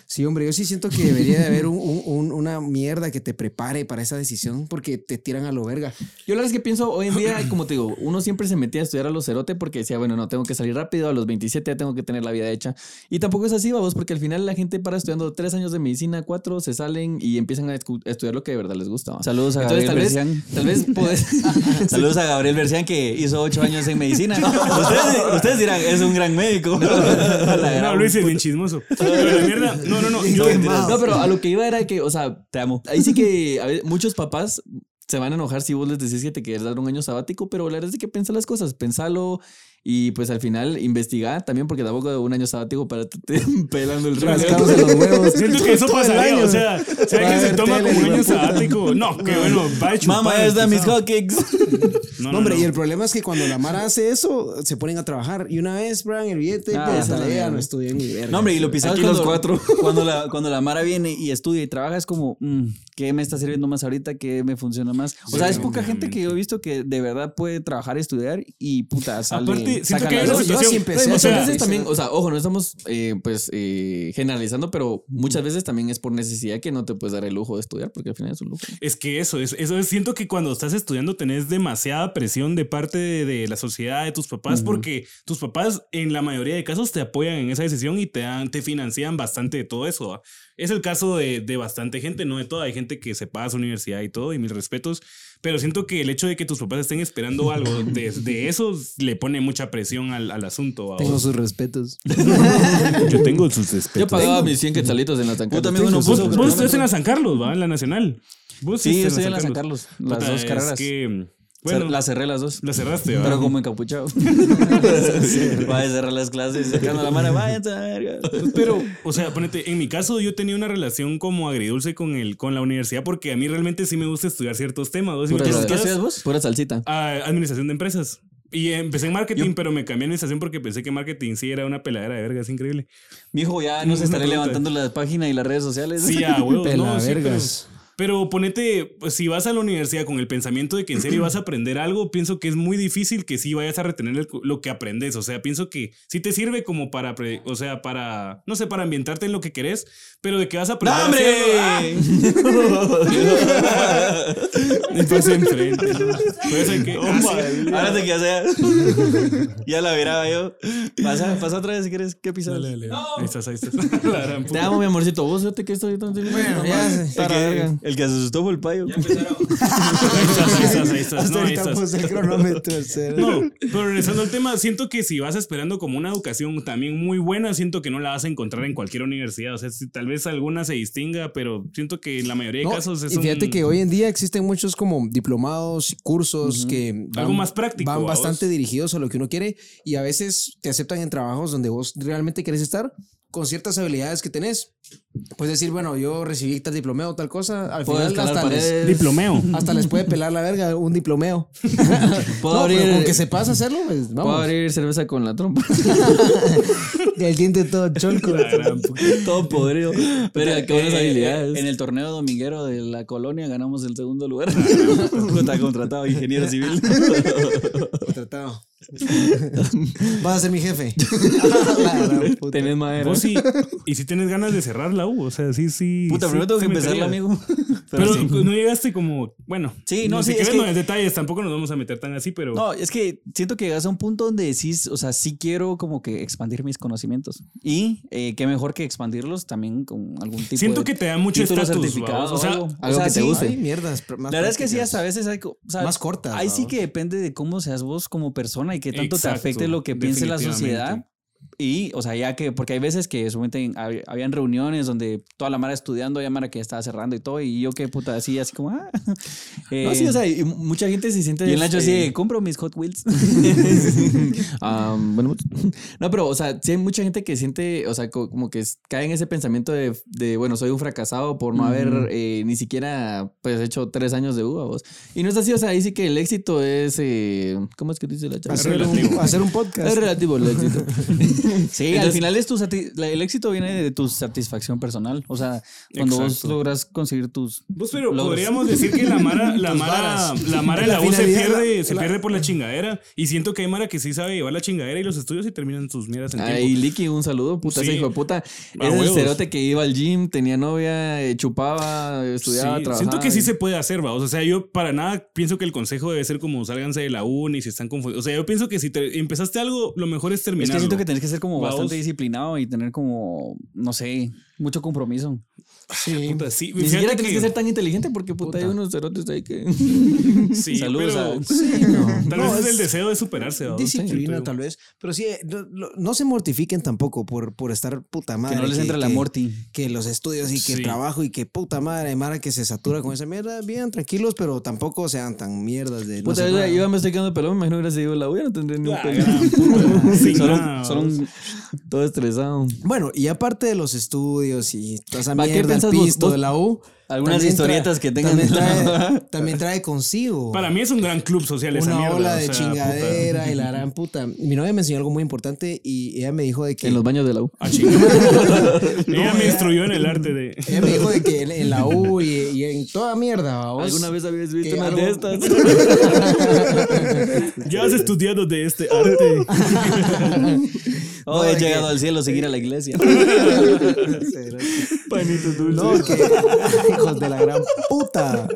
B: Sí, hombre, yo sí siento que debería de haber un- un- un- una mierda que te prepare para esa decisión porque te tiran a lo verga.
A: Yo la verdad es que pienso, hoy en día, como te digo, uno siempre se metía a estudiar a los cerote porque decía, bueno, no, tengo que salir rápido, a los 27 ya tengo que tener la vida hecha. Y tampoco es así, vamos, porque al final la gente para estudiando tres años de medicina, cuatro, se salen y empiezan a escu- a estudiar lo que de verdad les gusta. vamos.
E: Saludos a
A: Entonces, tal vez,
E: Gabriel Bercián.
A: tal vez podés-
E: Saludos a Gabriel Bercián que hizo ocho años en medicina. Ustedes, ustedes dirán, es un gran médico. A la
C: No,
E: gran
C: Luis es bien chismoso. Pero la mierda, no, no, no. Yo,
E: Quemado.
A: No, pero a lo que iba era que, o sea,
E: Te amo.
A: ahí sí que a ver, muchos papás se van a enojar si vos les decís que te quieres dar un año sabático, pero la verdad es de que piensa las cosas, pensalo y pues al final investigar también porque tampoco un año sabático para [LAUGHS] te- te- pelando el rabo.
B: Rascándose los huevos.
C: [LAUGHS] Siento que eso
B: Todo el
C: pasaría,
B: año.
C: o sea, si
B: Va a
C: alguien se
B: ver
C: toma
B: tele,
C: como un
B: hijo de
C: año
B: puta.
C: sabático, no, que bueno, va a chupar.
E: Mamá, es de mis
C: quizá.
E: hotcakes.
C: No,
B: No, hombre,
C: no,
B: y
C: no.
B: el problema es que cuando la Mara hace eso, se ponen a trabajar. Y una vez, Brian, el billete,
E: Ah,
B: pues,
E: está
B: la
E: bien.
B: vida no estudié ni verga.
E: No, hombre, y lo pisado
A: Aquí
E: es
A: los
E: cuando,
A: cuatro.
E: cuando la, cuando la Mara viene y estudia y trabaja, es como, mm, ¿qué me está sirviendo más ahorita? ¿Qué me funciona más? O sea, es poca gente que yo he visto que de verdad puede trabajar, estudiar y puta, sale.
C: Aparte, siento
E: sacan
C: que hay una
E: las cosas.
B: Yo
C: situación.
B: sí empecé
A: Pero
B: a
A: muchas
C: o sea,
A: veces
B: sí,
A: también,
B: sí.
A: o sea, ojo, no estamos eh, pues eh, generalizando, pero muchas veces también es por necesidad que no te puedes dar el lujo de estudiar porque al final es un lujo.
C: Es que eso, es, eso es, siento que cuando estás estudiando tenés demasiada presión de parte de, de la sociedad, de tus papás, porque tus papás en la mayoría de casos te apoyan en esa decisión y te, dan, te financian bastante de todo eso. ¿va? Es el caso de, de bastante gente, no de toda. Hay gente que se paga su universidad y todo, y mis respetos, pero siento que el hecho de que tus papás estén esperando algo de, de eso le pone mucha presión al, al asunto. ¿va?
E: pues.
B: Tengo sus respetos.
C: Yo tengo sus
A: Yo
C: respetos.
A: pagaba mis 100 quetzalitos en la
E: Yo
A: zancada.
E: también uno
C: Vos,
E: puso.
C: vos estás en la San Carlos, ¿va? En la Nacional. Vos
E: Sí, yo
C: estás
E: estoy en la San Carlos. Las
C: Puta,
E: dos
C: es
E: carreras.
C: que,
E: Cer-
C: bueno, la,
E: las cerré las dos.
C: cerraste, ¿va?
E: Pero como [LAUGHS] encapuchado. Va a cerrar las clases sacando la mano. Váyanse a la verga.
C: Pero, o sea, ponete, en mi caso yo tenía una relación como agridulce con el, con la universidad porque a mí realmente sí me gusta estudiar ciertos temas. ¿vos? Si me
A: Pura,
E: ¿Qué-
C: preguntás,
E: qué estudias vos?
A: pura salsita.
C: ah, administración de empresas. Y empecé en marketing, pero me cambié a administración porque pensé que marketing sí era una peladera de verga, es
E: [LAUGHS]
C: increíble.
E: Mi hijo ya nos
C: Una
E: estaré
C: pregunta.
E: levantando la página y las redes sociales.
C: Sí, a
B: [LAUGHS]
C: huevos, no, sí, pero,
B: Pelavergas.
C: pero ponete, pues, si vas a la universidad con el pensamiento de que en
B: [CLEARS THROAT]
C: serio vas a aprender algo, pienso que es muy difícil que sí vayas a retener el cu- lo que aprendes. O sea, pienso que sí te sirve como para, pre- o sea, para, no sé, para ambientarte en lo que querés, pero de que vas a aprender. a
E: ¡Hombre!
C: hacerlo- ¡Ah!
B: [LAUGHS]
C: [LAUGHS] Entonces enfrente. ¿no? Por eso hay que- ah, sí.
E: [LAUGHS] Ahora te quedas allá. [LAUGHS] Ya la miraba yo. Pasa, pasa otra vez si quieres. ¿Qué pisas?
C: Dale, dale. Ahí estás, [LAUGHS] ahí estás. La gran
A: Te
C: puta.
A: amo, mi amorcito. Vos, fíjate que estoy tan
B: ya,
A: Para
E: que-
A: verga.
E: El que se asustó fue el payo.
F: Ya empezaron.
C: Ahí estás, ahí estás, ahí
B: [LAUGHS]
C: estás.
B: Hasta
C: No, ahí
B: ahorita
C: estás.
B: puse el cronómetro. cero.
C: No,
B: [LAUGHS]
C: pero regresando al tema, siento que si vas esperando como una educación también muy buena, siento que no la vas a encontrar en cualquier universidad. O sea, si tal vez alguna se distinga, pero siento que en la mayoría de
B: No,
C: casos es
B: y fíjate
C: un-
B: que hoy en día existen muchos como diplomados y cursos que
C: Algo más práctico,
B: van
C: ¿va vos?
B: bastante dirigidos a lo que uno quiere y a veces te aceptan en trabajos donde vos realmente querés estar con ciertas habilidades que tenés. Puedes decir, bueno, yo recibí tal diplomeo, tal cosa, al
A: Puedo
B: final
A: escalar
B: hasta les,
A: paredes.
C: diplomeo.
B: hasta les puede pelar la verga un diplomeo.
A: [LAUGHS] Puedo
B: No, pero
A: abrir.
B: con que sepas hacerlo, pues
A: Puedo
B: vamos.
A: abrir cerveza con la trompa.
B: El diente todo cholco.
C: La gran puta.
A: [LAUGHS] Todo podrido. Pero qué buenas
E: Eh,
A: habilidades.
E: En el torneo dominguero de la colonia ganamos el segundo lugar.
C: Ah,
E: Puta, contratado
C: [LAUGHS]
E: ingeniero civil.
B: Tratado. [LAUGHS] Vas a ser mi
A: [LAUGHS]
B: jefe. [LAUGHS] La gran puta.
A: Tenés madera.
C: [LAUGHS] Vos sí, y si tienes ganas de cerrar la U, o sea, sí, sí.
E: Puta,
C: sí,
E: primero tengo
C: sí
E: que
C: me
E: empezarla,
C: entraría.
E: amigo.
C: Pero, pues,
E: Pero sí.
C: no llegaste como, bueno,
E: Sí, no,
C: sé
E: sí,
C: qué
E: es
C: ven
E: que-
C: en detalles, tampoco nos vamos a meter tan así, pero
E: No, es que siento que llegas a un punto donde decís, o sea, sí quiero como que expandir mis conocimientos. Y eh, qué mejor que expandirlos también con algún tipo
C: siento
E: de
C: que te da mucho
E: título
C: estatus.
E: certificado
C: ¿va? O sea,
E: algo.
A: algo que te
E: sí,
A: guste.
B: Ay, mierdas. pr- más
E: La verdad es que sí,
B: prácticas.
E: hasta a veces hay co- o sea,
B: Más cortas,
E: Ahí sí
B: ¿no?
E: que depende de cómo seas vos como persona y qué tanto
C: Exacto,
E: te afecte lo que piense la sociedad.
C: definitivamente.
E: Y, o sea, ya que, porque hay veces que supuestamente hab- habían reuniones donde toda la Mara estudiando, había Mara que estaba cerrando y todo, y yo qué puta, así, así como, [LAUGHS] ah.
A: No,
E: Eh,
A: sí, o sea, y mucha gente se siente.
E: y el Nacho así,
A: este,
E: de, compro mis Hot [LAUGHS] Wheels.
A: Ah, bueno, [LAUGHS] mucho. no, pero, o sea, sí hay mucha gente que siente, o sea, co- como que es- cae en ese pensamiento de, de, bueno, soy un fracasado por no haber eh, ni siquiera, pues, hecho tres años de uva, vos. Y no es así, o sea, ahí sí que el éxito es, eh, ¿cómo es que dice la chava?
B: Hacer un,
C: relativo.
B: hacer un
C: Pues,
B: podcast.
A: Es relativo el éxito.
E: [LAUGHS] Sí, al final es tu sati- la- el éxito viene de tu satisfacción personal. O sea, cuando vos
C: Exacto.
E: logras conseguir tus.
C: Vos, Pues, pero
E: Logros.
C: podríamos decir que la Mara, la
B: Tus
C: Mara,
B: varas.
C: la Mara de
B: La
C: la U se
B: finalidad,
C: pierde,
B: la-
C: se
B: la-
C: pierde por la chingadera. Y siento que hay Mara que sí sabe llevar la chingadera y los estudios y terminan sus mierdas en tiempo.
A: Ay, Liki, un saludo, puta, ese
C: Sí.
A: hijo de puta.
C: A
A: Es el
C: huevos.
A: cerote que iba al gym, tenía novia, eh, chupaba, estudiaba,
C: Sí,
A: trabajaba.
C: siento que sí
A: y-
C: se puede hacer, vamos. O sea, yo para nada pienso que el consejo debe ser como sálganse de la uni si están confundidos. O sea, yo pienso que si te- empezaste algo, lo mejor es
E: Es
C: terminarlo.
E: que siento que tenés que ser como
C: Vamos.
E: bastante disciplinado y tener como, no sé, mucho compromiso.
B: Sí.
C: Puta, sí,
A: Ni
C: fíjate
A: siquiera tienes que ser tan inteligente porque, puta, hay unos cerotes ahí que.
C: [LAUGHS] Sí,
E: Saludos
C: pero [LAUGHS]
E: a-
C: tal
B: No,
C: vez es,
B: es
C: el deseo de superarse. vamos.
B: Disciplina,
C: Sí,
B: tal vez. Pero sí, eh, no, lo- no se mortifiquen tampoco por, por estar puta madre.
E: que no les entre la
B: que-
E: morti.
B: Que los estudios y que el
C: Sí.
B: trabajo y que puta madre, Mara, que se satura con esa mierda. Bien, tranquilos, pero tampoco sean tan mierdas de. no
A: Puta,
B: sé,
A: yo,
B: nada.
A: yo ya me estoy quedando pelón, me imagino que hubiera seguido la U, ya no tendría ni un
C: Ah,
A: pelo. [LAUGHS]
C: gran puta. Sí,
A: Solo-
C: nada,
A: solo
C: vamos.
A: un- todo estresado.
B: Bueno, y aparte de los estudios y toda esa
A: ¿Va, qué
B: mierda, el
A: pensás vos?
B: pisto
A: ¿Vos-
B: de la U.
E: Algunas
B: también
E: historietas
B: tra-
E: que tengan-
B: También
E: [LAUGHS]
B: trae, también trae consigo.
C: Para mí es un gran club social esa
B: una
C: mierda.
B: ola
C: o
B: de
C: sea,
B: chingadera y la gran puta. Mi novia me enseñó algo muy importante y ella me dijo de que.
A: En los baños de la U.
C: puta.
B: [LAUGHS]
C: A chingar. Ah, Ella me
B: ya.
C: instruyó en el arte de.
B: Ella me dijo de que en, en la U y, y en toda mierda, ¿va vos?
A: [LAUGHS]
B: [LAUGHS]
A: ¿Alguna vez habías
B: que
A: visto una
B: algo-
A: de estas?
C: Ya has estudiado de este
B: [LAUGHS]
C: arte.
E: Oh,
B: No,
E: he
B: de que-
E: llegado al cielo seguir a la iglesia.
C: Panitos
B: [LAUGHS] No,
C: dulces.
B: que hijos de la gran puta.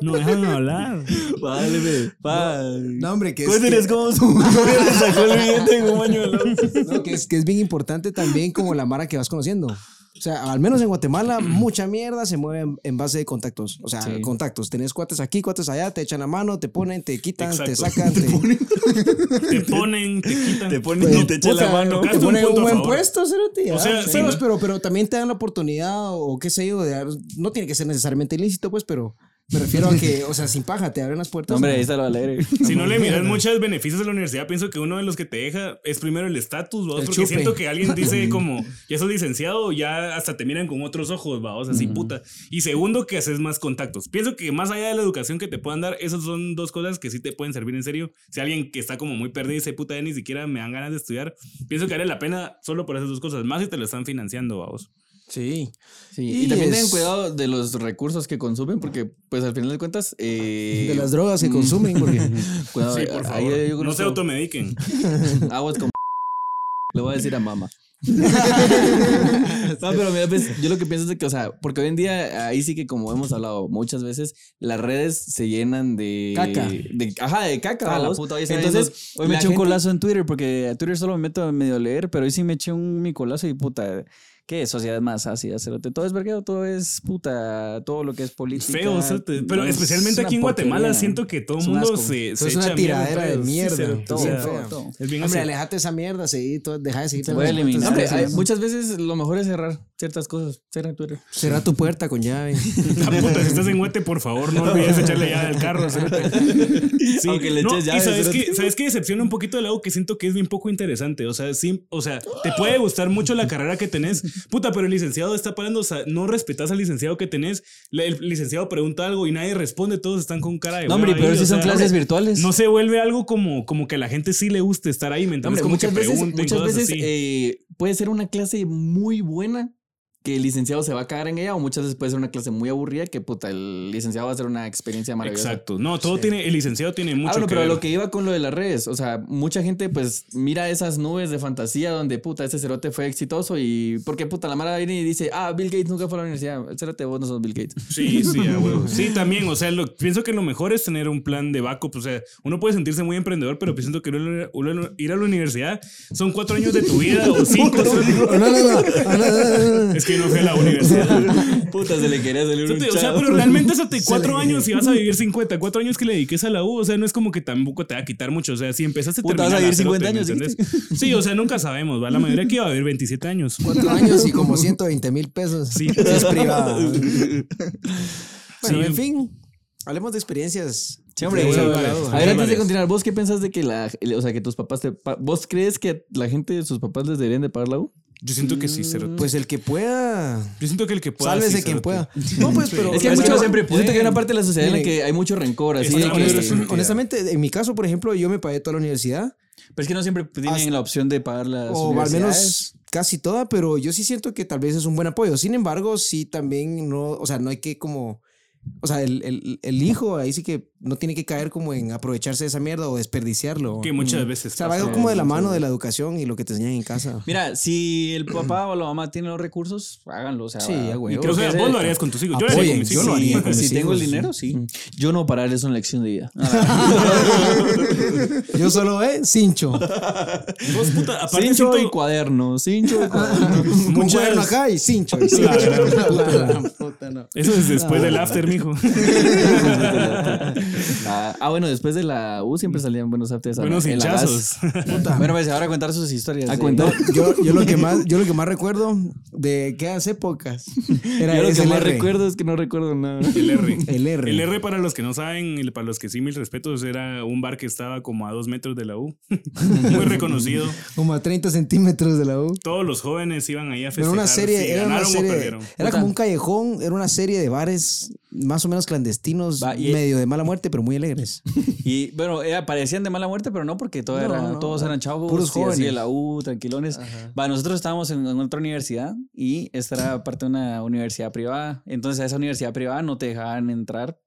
C: No, dejan hablar.
E: Vale, ve, va.
B: No, hombre, que es,
E: Cuénteles
B: que,
E: cómo Pues su [LAUGHS] mujer le sacó el billete en un baño de la U.
B: no, que es, que es bien importante también como la mara que vas conociendo. O sea, al menos en Guatemala, mucha mierda se mueve en, en base de contactos. O sea, contactos. Tenés cuates aquí, cuates allá, te echan la mano, te ponen, te quitan, te
C: Exacto.
B: sacan,
C: [LAUGHS]
B: te,
C: Te ponen, te quitan. [LAUGHS]
E: Te ponen y te echan la
B: Puta,
E: mano.
B: Te
C: Tocaste un
B: ponen un,
C: punto a
B: buen
C: favor.
B: puesto, Cerote.
C: O
B: ah,
C: sea,
B: sí,
C: sí,
B: pues,
C: no-
B: pero, pero también te dan la oportunidad o qué sé yo. de dar- no tiene que ser necesariamente ilícito, pues, pero me refiero a [LAUGHS] que, o sea, sin paja, te abren las
E: No,
B: puertas.
E: hombre, ahí está lo alegre.
C: Si no le miras muchos beneficios a la universidad, pienso que uno de los que te deja es primero el estatus, ¿va?
B: El
C: porque
B: chupe.
C: siento que
A: [LAUGHS]
C: alguien dice como, ya sos licenciado, ya hasta te miran con otros ojos, va, o sea, así puta. Y segundo, que haces más contactos. Pienso que más allá de la educación que te puedan dar, esas son dos cosas que sí te pueden servir en serio. Si alguien que está como muy perdido dice, puta, ya ni siquiera me dan ganas de estudiar, pienso que vale la pena solo por esas dos cosas, más si te lo están financiando, vamos.
B: Sí.
A: Sí, y,
B: Y
A: también
B: es-
A: tengan cuidado de los recursos que consumen, porque, pues, al final de cuentas. eh,
B: De las drogas que consumen, [LAUGHS] porque.
A: cuidado,
C: Sí, por favor.
A: ahí
C: no
A: yo
C: se
A: conozco-
C: automediquen.
A: [LAUGHS] Aguas con. Le voy a decir a
E: [LAUGHS]
A: mamá. no, pero mira, pues, yo lo que pienso es de que, o sea, porque hoy en día, ahí sí que como hemos hablado muchas veces, las redes se llenan de.
B: Caca.
A: de- ajá, de caca.
E: Ah, la
A: vos.
E: puta, hoy está
A: Entonces,
E: viendo- hoy me
A: la
E: eché un
A: gente-
E: colazo en Twitter porque a Twitter solo me meto a medio leer, pero hoy sí me eché un mi colazo y puta. que sociedades más ácidas, cerote. Todo es vergueo, todo es puta, todo lo que es política.
C: Feo, cerote. pero
E: no, es
C: especialmente
E: una
C: aquí en Guatemala
E: porquería.
C: siento que todo
E: Es
C: el
E: un
C: mundo
E: asco.
C: se,
B: Eso
C: se
B: es una
C: echa mierda
B: tiradera de
C: entre ellos.
B: mierda.
C: cerote, o
E: Todo,
B: Sí,
C: sea, [LAUGHS]
E: feo,
B: feo.
E: todo.
C: Es bien
B: Hombre,
C: así.
B: alejate esa mierda, seguí, todo- deja de seguir.
E: Te voy a eliminar.
A: No, hombre,
E: Sí,
A: hay-
E: sí.
A: muchas veces lo mejor es cerrar ciertas cosas. Cierra Twitter.
B: Será tu puerta con [LAUGHS] llave.
C: La ah, puta, si estás en Guate, por favor, no olvides echarle llave al carro. cerote. Sí.
A: Aunque le
C: No,
A: eches llave,
C: Y sabes
A: cerote.
C: que, sabes que decepciona un poquito del lado que siento que es bien poco interesante. O sea, sí, o sea, te puede gustar mucho la carrera que tenés. Puta, pero el licenciado está parando. O sea, no respetas al licenciado que tenés. La- El licenciado pregunta algo y nadie responde. Todos están con cara de.
A: No, hombre,
C: hueva
A: pero
C: ahí,
A: si
C: o
A: son
C: sea,
A: clases virtuales.
C: No se vuelve algo como, como que a la gente sí le guste estar ahí, ¿me entiendes?
A: Hombre,
C: Como
A: muchas
C: que
A: veces,
C: pregunten
A: muchas
C: cosas
A: veces
C: así.
A: eh, puede ser una clase muy buena que el licenciado se va a cagar en ella o muchas veces puede ser una clase muy aburrida que puta, el licenciado va a ser una experiencia maravillosa.
C: Exacto. No, todo tiene. El licenciado tiene mucho
A: Ah, bueno,
C: que
A: pero
C: ver.
A: lo que iba con lo de las redes, o sea, mucha gente pues mira esas nubes de fantasía donde puta, este cerote fue exitoso y porque puta, la mara viene y dice, ah, Bill Gates nunca fue a la universidad, cerote, vos no sos
C: [LAUGHS]
A: Bill Gates. [LAUGHS]
C: Sí, sí, a huevo. Sí, también, o sea, lo- pienso que lo mejor es tener un plan de backup. O sea, uno puede sentirse muy emprendedor, pero pienso que uno- uno- ir a la universidad son cuatro años de tu vida
A: [LAUGHS]
C: o cinco.
B: No, no, no. no, no, no.
C: es que no fui a la
A: [LAUGHS]
C: universidad.
A: puta, se le quería salir un
C: O sea,
A: chavo.
C: pero
B: [LAUGHS]
C: realmente eso te cuatro años y vas a vivir 50. Cuatro años que le dediques a la U, o sea, no es como que tampoco te va a quitar mucho. O sea, si empezaste
A: Puta, vas a
C: terminala,
A: vivir 50
C: cerote, pues, ¿me
A: años,
C: entendés? Sí, o sea, nunca sabemos, ¿va? La mayoría aquí va a vivir 27 años.
B: Cuatro años y como 120 mil pesos.
C: Sí.
B: Si es privada. Bueno,
C: Sí.
B: en fin. Hablemos de experiencias.
A: Sí, hombre,
B: De
A: o sea,
B: huevo,
C: vale.
B: de huevo.
A: A ver, antes de
C: varias.
A: continuar, ¿vos qué pensás de que la, o sea, que tus papás te, pa- vos crees que la gente de sus papás les deberían de pagar la U?
C: Yo siento que sí, cerote.
B: Pues el que pueda.
C: Yo siento que el que pueda.
B: Sálvese
C: sí,
B: quien
C: cerote.
B: pueda. No, pues, pero.
A: Es que
B: pero
A: hay mucho,
B: no
A: siempre siento que hay una parte de la sociedad en la
B: Miren,
A: que hay mucho rencor, así de
C: está-
A: que,
C: honesta-
A: pero
B: Honestamente, en mi caso, por ejemplo, yo me pagué toda la universidad.
A: es que no siempre
E: Tienen la opción de pagar las
B: o al
E: universidades.
B: menos casi toda, pero yo sí siento que tal vez es un buen apoyo. Sin embargo, sí también no, o sea, no hay que como, o sea, el, el- el hijo ahí sí que no tiene que caer como en aprovecharse de esa mierda o desperdiciarlo.
C: Que muchas
B: O
C: veces.
B: sea, va
C: pasa.
B: algo como de la mano de la educación y lo que te enseñan en casa.
E: Mira, si el papá o la mamá tiene los recursos, háganlo. O sea,
B: Sí, a huevo.
E: y
B: [LAUGHS]
C: Creo
E: creo
C: que
E: que
C: vos
E: ese-
C: lo harías con tus hijos. Yo lo haría con
B: Apoyen,
C: mis
B: yo
C: hijos.
B: lo haría. con
E: si
B: mis
E: tengo el
B: hijos,
E: dinero, sí. Ah,
A: Yo no parar es una lección de vida.
B: Yo solo, ¿eh? Cincho.
C: Vos, puta, aparte
A: Cincho y
C: siento-
A: cuaderno, cincho
C: [LAUGHS]
A: y cuaderno.
B: Un
C: Muchas-
B: cuaderno acá y cincho. y cincho.
C: Eso es después del
B: [LAUGHS]
C: after, mijo.
A: ah, ah, bueno, después de la U siempre salían buenos afters. a la-
C: Mm. Buenos
A: en la
C: hinchazos. [LAUGHS]
E: Puta. Bueno, pues ahora a contar sus historias.
A: A
E: de-
A: contar.
B: Yo, yo lo que más, yo lo que más recuerdo de que hace épocas era
A: Yo lo que más
B: SLR.
A: recuerdo es que no recuerdo
C: El
A: nada.
E: [LAUGHS]
C: R.
B: El R.
C: El R, para los que no saben, el- para los que sí, mil respetos, era un bar que estaba como a dos metros de la U. [LAUGHS] Muy reconocido.
B: Como a 30 centímetros de la U.
C: Todos los jóvenes iban ahí a
B: Era
C: festejar.
B: una serie,
C: si
B: era una
C: ganaron o
B: serie,
C: perdieron.
B: era como un callejón, era una serie de bares más o menos clandestinos,
E: Va, y-
B: medio de mala muerte, pero muy alegres.
E: Y bueno, eh, parecían de mala muerte, pero no, porque todo
B: No,
E: era-
B: no,
E: todos eran chavos.
B: puros
E: y así de
B: jóvenes.
E: la U, tranquilones. Va, nosotros estábamos en, en otra universidad y esta era parte de una universidad privada. Entonces a esa universidad privada no te dejaban entrar.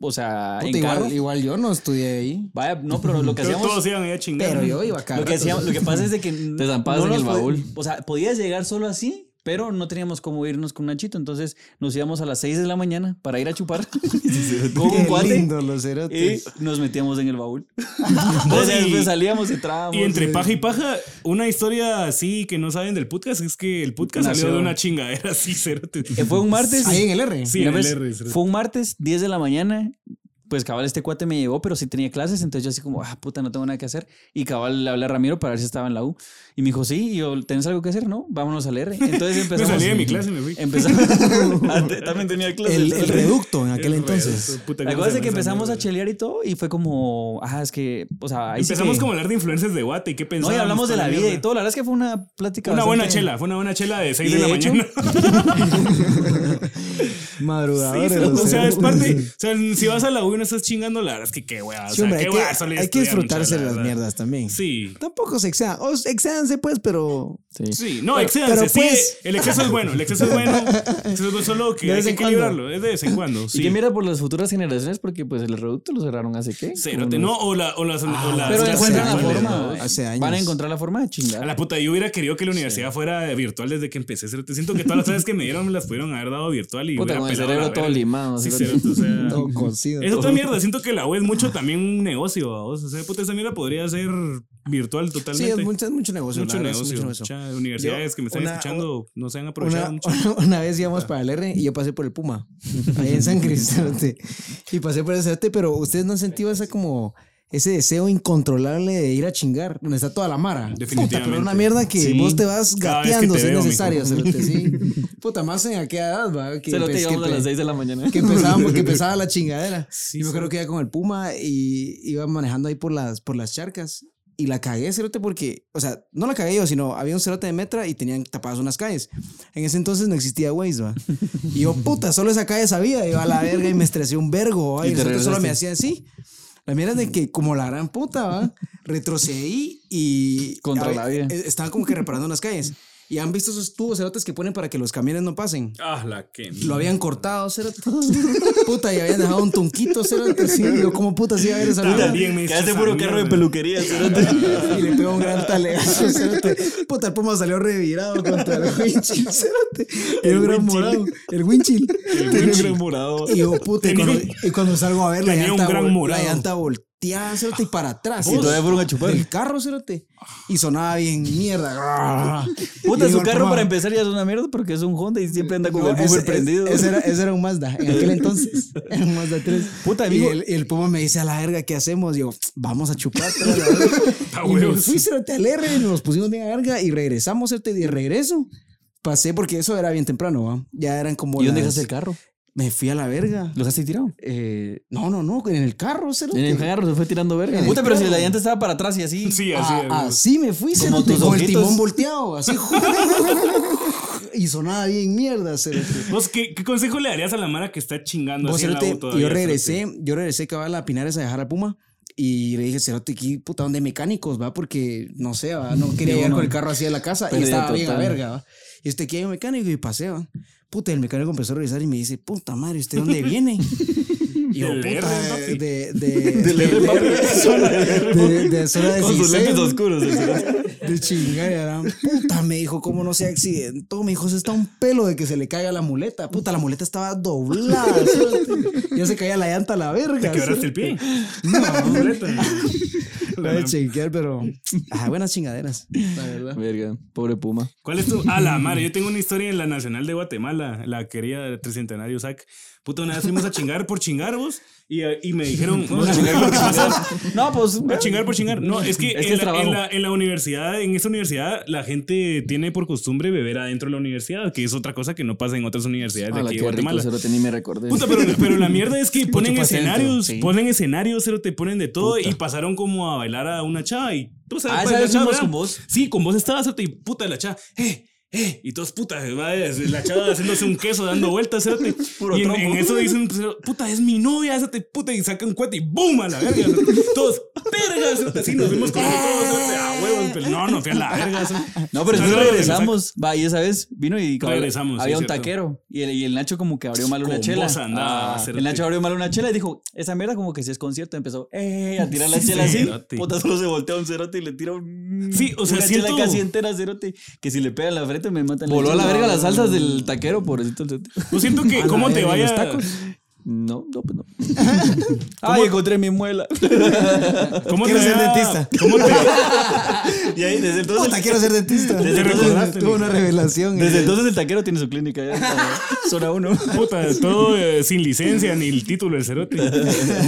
E: O sea,
B: Puta,
E: en carro.
B: yo no estudié ahí,
E: Vaya, no,
C: [LAUGHS]
E: pero lo que
C: Pero
E: hacíamos...
C: todos iban ahí a chingar.
B: pero yo iba acá.
E: Lo que, hacíamos- lo que pasa es de que...
A: Te zampabas en
E: nos
A: el
E: pod-
A: baúl.
E: O sea, podías llegar solo así, pero no teníamos cómo irnos con un achito. Entonces nos íbamos a las 6 de la mañana para ir a chupar con un cuate
B: lindo los
E: y
B: cerotes.
E: nos metíamos en el baúl. Entonces
C: y-
E: después salíamos, entrábamos. eh,
C: Y entre paja y paja, una historia así que no saben del podcast es que el podcast salió
E: Nació.
C: de una chingadera así, [LAUGHS] cerote.
E: Eh, Fue un martes.
B: Ahí en el R.
C: Sí,
E: Mira,
C: en el
E: pues,
C: R. cerote.
E: Fue un martes, 10 de la mañana. Pues cabal, este cuate me llegó, pero sí tenía clases. Entonces yo así como, ah, puta, no tengo nada que hacer. Y cabal le hablé a Ramiro para ver si estaba en la U. Y me dijo, sí, y yo, ¿tenés algo que hacer? No, vámonos al R.
C: [LAUGHS]
E: Entonces
C: Me Pues
E: empezamos.
C: salí de mi clase y me fui. [LAUGHS]
E: Empezamos. Ah, te- También tenía clases.
B: El, el reducto en aquel
C: El
B: entonces.
C: resto, puta,
E: La
C: ¿cómo
E: cosa
C: se llama
E: es que
C: esa
E: empezamos a
C: mierda?
E: chelear y todo. Y fue como, ah, es que, o sea, ahí sí
C: Empezamos
E: que-
C: como a hablar de influencers de Guate y qué
E: No,
C: pensamos.
E: y hablamos de la vida y todo. La verdad es que fue una plática.
C: Fue una buena
E: bastante-
C: chela, fue una buena chela de 6
E: Y
C: de, la
E: de hecho-
C: mañana. Sí,
B: Madrugadores.
C: o
B: los
C: sea,
B: [LAUGHS]
C: es parte.
B: cerotes.
C: O sea, si vas a la U y no estás chingando, la verdad es que qué weá. O sea,
B: Sí, hombre,
C: qué
B: hay
C: weá solo
B: que,
C: ir a
B: hay que
C: estudiar,
B: disfrutarse
C: mucha,
B: de
C: la
B: las
C: verdad.
B: mierdas también.
C: Sí.
B: Tampoco se excedan. O excedanse, pues, pero.
C: Sí, no, excédanse.
B: pero
C: Sí,
B: pues-
C: el exceso es bueno, el exceso es
B: [LAUGHS]
C: bueno. el exceso es bueno, solo que
B: De
C: hay
B: vez
C: que
B: en cuando.
C: equilibrarlo, es de vez en cuando.
A: Y
C: Sí.
A: que mira por las futuras generaciones porque pues el reducto lo cerraron hace qué.
C: Cerote, no, o, la, o las.
B: Ah,
C: o las
E: Pero
C: clases
E: encuentran la
C: virtuales,
E: forma.
C: ¿no?
E: güey.
B: Hace años.
E: Van a encontrar la forma de chingar.
C: A la puta, yo hubiera querido que la universidad fuera virtual desde que empecé. Cerote, siento que todas las clases que me dieron me las pudieron haber dado teclado virtual y
A: Puta,
C: hubiera
A: con el
C: pelado la
A: cerebro
C: verga.
A: todo limado.
C: Sí,
A: cerote.
C: cerote,
B: [LAUGHS]
C: o sea,
B: Todo cocido.
C: Esa otra mierda, siento que la U es mucho también un negocio, vos. O sea, puta, esa mierda podría ser virtual
B: Sí, es
C: totalmente.
B: mucho, es mucho negocio.
C: mucho,
B: la verdad, es
C: negocio.
B: mucho negocio.
C: Muchas universidades
B: Yo,
C: que me están
B: una-
C: escuchando no se han aprovechado
B: Una, [LAUGHS]
C: mucho.
B: una vez íbamos para el R y yo pasé por el Puma, ahí
C: [LAUGHS]
B: en San Cristóbal. y pasé por el Cerote, pero ustedes no han sentido ese como ese deseo incontrolable de ir a chingar, donde está toda la mara. Puta, pero es una
C: Definitivamente.
B: mierda que
E: Sí.
B: vos te vas
C: Cada vez que
B: gateando
C: te
B: si es
C: veo,
B: necesario, Cerote,
C: [LAUGHS]
B: sí. Puta, más en aquella edad, va. Que,
A: Cerote,
B: pues, que
A: íbamos a
B: pe-
A: las 6 de la mañana.
B: [LAUGHS] que empezaba, que empezaba la chingadera.
C: Sí,
B: y me
C: sí.
B: acuerdo que iba con el Puma y iba manejando ahí por las, por las charcas. Y la cagué, cerote, porque, o sea, no la cagué yo, sino había un cerote de metra y tenían tapadas unas calles. En ese entonces no existía Waze, va. Y
A: [LAUGHS]
B: yo, puta, solo esa calle sabía. Iba a la verga y me estresé un vergo, va, Y
A: Y
B: el
A: te
B: cerote solo
A: regresaste.
B: me hacía así. La mierda es de que, como la gran puta, va, retrocedí y.
A: Contra
B: a ver,
A: la vida.
B: eh, Estaba como que reparando unas calles. Y han visto esos tubos cerotes que ponen para que los camiones no pasen.
C: Ah, la que.
B: Lo habían cortado, cerote. [LAUGHS] Puta, y habían dejado un tunquito, cerote. Sí, yo como puta, sí, a ver esa mierda.
C: También me
E: Quedaste
C: hizo
E: puro
C: esa
E: carro de
C: mierda.
B: [LAUGHS]
E: peluquería, cerote.
B: Y le pegó un gran talegazo, cerote. Puta, el puma salió revirado contra el winchill, cerote. Y
E: El
B: un gran
E: winchill.
B: morado. El winchill.
E: Tenía un gran morado.
B: Y yo, puta, y cuando, y cuando salgo a ver la
C: Tenía un
B: llanta,
C: gran
B: vol- la
C: morado.
B: llanta volteada, cerote, y para atrás.
E: Y todavía fueron a chupar.
B: El carro, cerote. Y sonaba bien mierda.
E: Puta,
B: Y
E: su
B: digo,
E: carro
B: "Puma,
E: para empezar ya es una mierda porque es un Honda y siempre anda con
B: No,
E: el bumper
B: ese- ese-
E: prendido.
B: Ese
E: [LAUGHS]
B: era, ese era un Mazda, en aquel entonces. Era un Mazda 3.
E: Puta,
B: y
E: amigo.
B: el, y el Puma me dice a la verga, ¿qué hacemos? Digo, vamos a chupar. pero la
E: [LAUGHS]
B: verga".
C: Puta
B: y me
C: huevos.
B: fui cerote, al R, nos pusimos bien a verga y regresamos cerote, y de regreso. Pasé porque eso era bien temprano, ¿va? Ya eran como.
E: ¿Y dónde
B: las-
E: dejaste el carro?
B: Me fui a la verga.
E: ¿Lo dejaste tirado?
B: Eh, no, no, no, en el carro, cerote.
A: En el carro se fue tirando verga.
B: En el
A: Puta, pero si la
B: carro.
A: llanta estaba para atrás y así.
C: Sí, así.
B: Ah,
C: güey.
B: así me fui,
E: Como
B: cerote,
E: tus
B: con el
E: ojitos.
B: timón volteado, así. [LAUGHS] y sonaba bien mierda, cerote.
C: ¿Vos qué, qué consejo le darías a la Mara que está chingando
B: Vos,
C: así en la
B: cerote,
C: U todavía,
B: yo
C: cerote?
B: regresé, yo regresé cabal a Pinares a dejar a Puma y le dije, Cerote, aquí puta, ¿dónde hay mecánicos, va? Porque no sé, va,
C: [LAUGHS]
B: no quería llegar con el carro así a la casa y
A: Pérdida
B: estaba bien a
A: total.
B: verga, va. Y este aquí hay un mecánico y pasé, va. Puta, el mecánico empezó a revisar y me dice, puta madre, ¿usted
C: [LAUGHS]
B: dónde viene? Y yo,
C: Del R,
B: puta,
C: papi.
B: de, de,
C: [LAUGHS]
B: de, de, de- de zona
A: Con
B: 16,
A: sus lentes
B: ¿no?
A: oscuros. el cerote.
B: De chingar, y era, puta, me dijo, cómo no se accidentó. Me dijo, se está un pelo de que se le caiga la muleta. Puta, la muleta estaba doblada. cerote. ya se caía la llanta a la verga.
C: Te quebraste
B: [LAUGHS]
C: el pie.
B: No,
C: Completa.
B: la de chingar, pero. Ah, buenas chingaderas, [LAUGHS] la verdad.
A: Verga, pobre puma.
C: ¿Cuál es tu? A la madre,
A: [LAUGHS]
C: yo tengo una historia en la Nacional de Guatemala, la querida Tricentenario Sac. Puta, una vez fuimos a chingar por chingar vos y, y me
A: [LAUGHS]
C: dijeron, vamos a chingar por chingar.
A: No, pues.
C: A chingar por chingar. No, es que,
A: Es que
C: en,
A: es
C: la,
A: trabajo.
C: en la- en la universidad, en esta universidad, la gente tiene por costumbre beber adentro de la universidad, que es otra cosa que no pasa en otras universidades de
A: Hola,
C: aquí de
A: qué rico,
C: Guatemala.
A: cerote, ni me recordé.
C: Puta, pero, pero la mierda es que ponen
A: chupas dentro,
C: escenarios,
A: sí.
C: ponen escenarios, pero te ponen de todo y pasaron como a bailar a una chava y tú sabes,
A: Ah,
C: cuál
A: ¿esa
C: es la
A: vez
C: chava,
A: fuimos
C: ¿verdad?
A: con vos?
C: Sí, con vos estabas, cerote, y puta la chava, eh, eh, y todos putas, va, es la chava haciéndose un queso dando vueltas, cerote.
A: Puro
C: y en,
A: trompo.
C: en eso dicen, pues, puta, es mi novia, cerote, puta, y sacan cuete y boom a la verga, cerote. todos, verga, cerote, sí, nos vimos con todos, cerote, a huevos, pero no, no, fui a la verga, cerote.
E: No, pero sí
C: Saludos,
E: regresamos. Va, y esa vez vino y cabal,
C: Regresamos, sí,
E: había un
C: cierto.
E: taquero. Y el, y el Nacho como que abrió mal una
C: Con
E: chela.
C: vos andaba,
E: Ah,
C: cerote.
E: el Nacho abrió mal una chela y dijo, esa mierda como que si es concierto. Empezó eh, a tirar la chela así.
C: Cerote.
E: Puta, solo se voltea un cerote y le tira un...
C: Sí, o sea,
E: una
C: siento-
E: chela casi entera cerote. Que si le pega en la frente me matan.
A: Voló a la
E: chela.
A: verga las salsas del taquero, pobrecito el cerote.
C: Yo siento que, ¿cómo te
B: verga, los
C: vaya?
B: tacos.
A: No, no, pues no.
E: Ay, encontré mi muela.
C: ¿Cómo te
B: Quiero ser
C: vaya-
B: dentista.
C: ¿Cómo te
E: [LAUGHS] y ahí desde entonces...
B: Puta, quiero ser dentista.
E: Desde
B: Tuve
C: entonces-
B: una- tuve una revelación. eh,
E: Desde entonces el taquero tiene su clínica ya. Zona 1.
C: Puta, todo eh, sin licencia ni el título del cerote.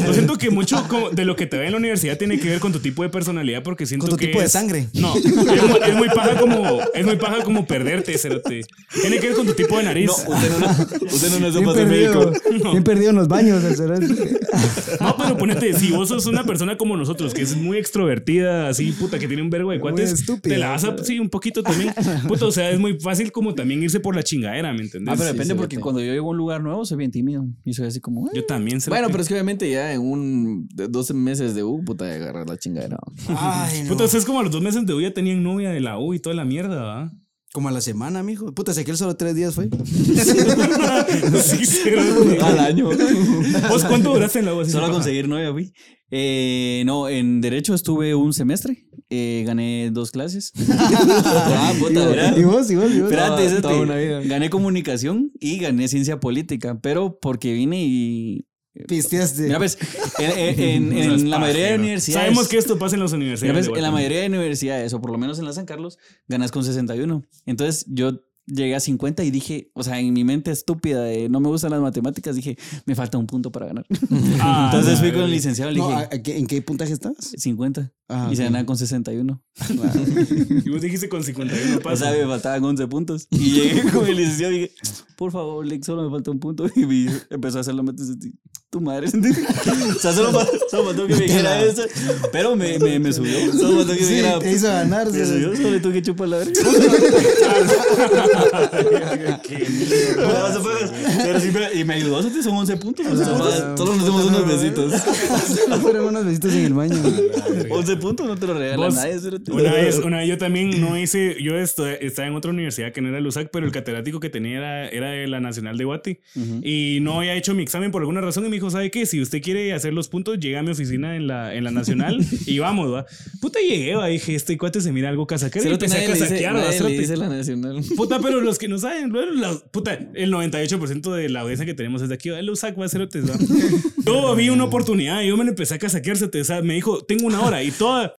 C: Yo siento que mucho como de lo que te ve en la universidad tiene que ver con tu tipo de personalidad porque siento
B: Con tu
C: que
B: tipo de
C: es-
B: sangre.
C: No, es muy, es muy paja como es muy paja como perderte, cerote. Tiene que ver con tu tipo de nariz. No,
E: Usted no, usted no nació
B: Bien
E: para ser
B: perdido,
E: médico.
B: [LAUGHS] bien perdido en los baños, el cerote.
C: pero ponete, si vos sos una persona como nosotros que es muy extrovertida, así puta que tiene un vergo de cuates,
B: estúpida,
C: te la vas a sí un poquito también. Puta, o sea, es muy fácil como también irse por la chingadera, ¿me entendés?
E: Ah, pero
A: Sí,
E: depende
A: sí,
E: porque
A: vete.
E: cuando yo llego a un lugar nuevo soy bien tímido. Y soy así como...
C: Yo también, cerote.
A: [LAUGHS] Bueno, pero es que obviamente ya en un de 12 meses de U, puta, de agarrar la chingadera.
B: Ay, no.
C: Puta, o sea, es como a los dos meses de U ya tenían novia de la U y toda la mierda, ¿va?
B: Como a la semana, mijo. Puta, si aquel solo tres días fue.
C: [LAUGHS] Sí, cerote.
E: [LAUGHS] Al año.
C: ¿Vos cuánto duraste en la U? Así
E: [LAUGHS] Solo a
C: se pasa.
E: conseguir novia, güey. Eh, no, en Derecho estuve un semestre eh, gané dos [LAUGHS] clases.
A: Ah,
B: [LAUGHS]
A: puta, mira.
B: Y vos, y vos, y vos.
E: Espérate,
A: Toda-
E: espérate.
A: toda una vida.
E: Gané comunicación y gané ciencia política, pero porque vine y...
B: Pisteaste.
E: Mira, pues, en,
C: [LAUGHS]
E: en- en- en la mayoría de universidades...
C: Sabemos que esto pasa en las
E: Mira,
C: universidades.
E: pues,
C: de
E: en la
C: Guatemala.
E: mayoría de universidades, o por lo menos en la San Carlos, ganas con 61. Entonces yo llegué a 50 y dije, o sea, en mi mente estúpida de no me gustan las matemáticas, dije, me falta un punto
C: [LAUGHS]
E: para ganar.
C: Ah,
E: [LAUGHS] Entonces fui
C: la
E: con el
C: verga.
E: licenciado y le
B: No,
E: dije,
B: ¿a- a qué- ¿En qué puntaje
E: [LAUGHS]
B: estás?
E: 50.
B: Ah,
E: y se
B: ok.
E: ganaba con 61.
C: Y vos dijiste con 51
E: O sea,
C: pasa.
E: me faltaban 11 puntos. Y llegué con el licenciado y dije, por favor, Lex, solo me falta un punto. [LAUGHS] Y me dijo- empezó a hacer la meta. y sentí, Tu madre. [LAUGHS] o sea, solo faltó, solo faltó que me dijera eso. Pero me, me, me subió. Solo faltó que me
B: Sí,
E: dijera.
B: te hizo ganar.
E: Me
B: sí.
E: subió, solo le tuve que chupar la verga. [LAUGHS]
C: Qué mierda.
E: Bueno, vas a pagar. Pero sí me- y me ayudó, ¿sí? son 11 puntos. o sea,
B: No,
E: más-
B: no,
E: todos nos dimos unos besitos.
B: [LAUGHS] Fueron unos besitos en el
E: [LAUGHS]
B: baño.
E: 11 puntos no te lo regala
C: Vos,
E: nadie. ¿sí?
C: Una vez, una vez yo también
A: [LAUGHS]
C: no hice, yo estu- estaba en otra universidad que no era el USAC, pero el catedrático que tenía era, era de la Nacional de Guate y no había hecho mi examen por alguna razón y me dijo, ¿sabe qué? Si usted quiere hacer los puntos, llega a mi oficina en la, en la Nacional
A: [LAUGHS]
C: y vamos, va. Puta, llegué, va, dije, este cuate se mira algo casaquero y
A: Cerote,
C: empecé a
A: nadie le dice-
C: casaquear, va,
A: nadie le
C: cerote.
A: dice la nacional.
C: Puta, pero los que no saben, bueno, la- puta, el 98% de la audiencia que tenemos es de aquí. El USAC va a ser otro. Todo vi una oportunidad y yo me lo empecé a casaquearse. te- o sea, me dijo, tengo una hora y toda.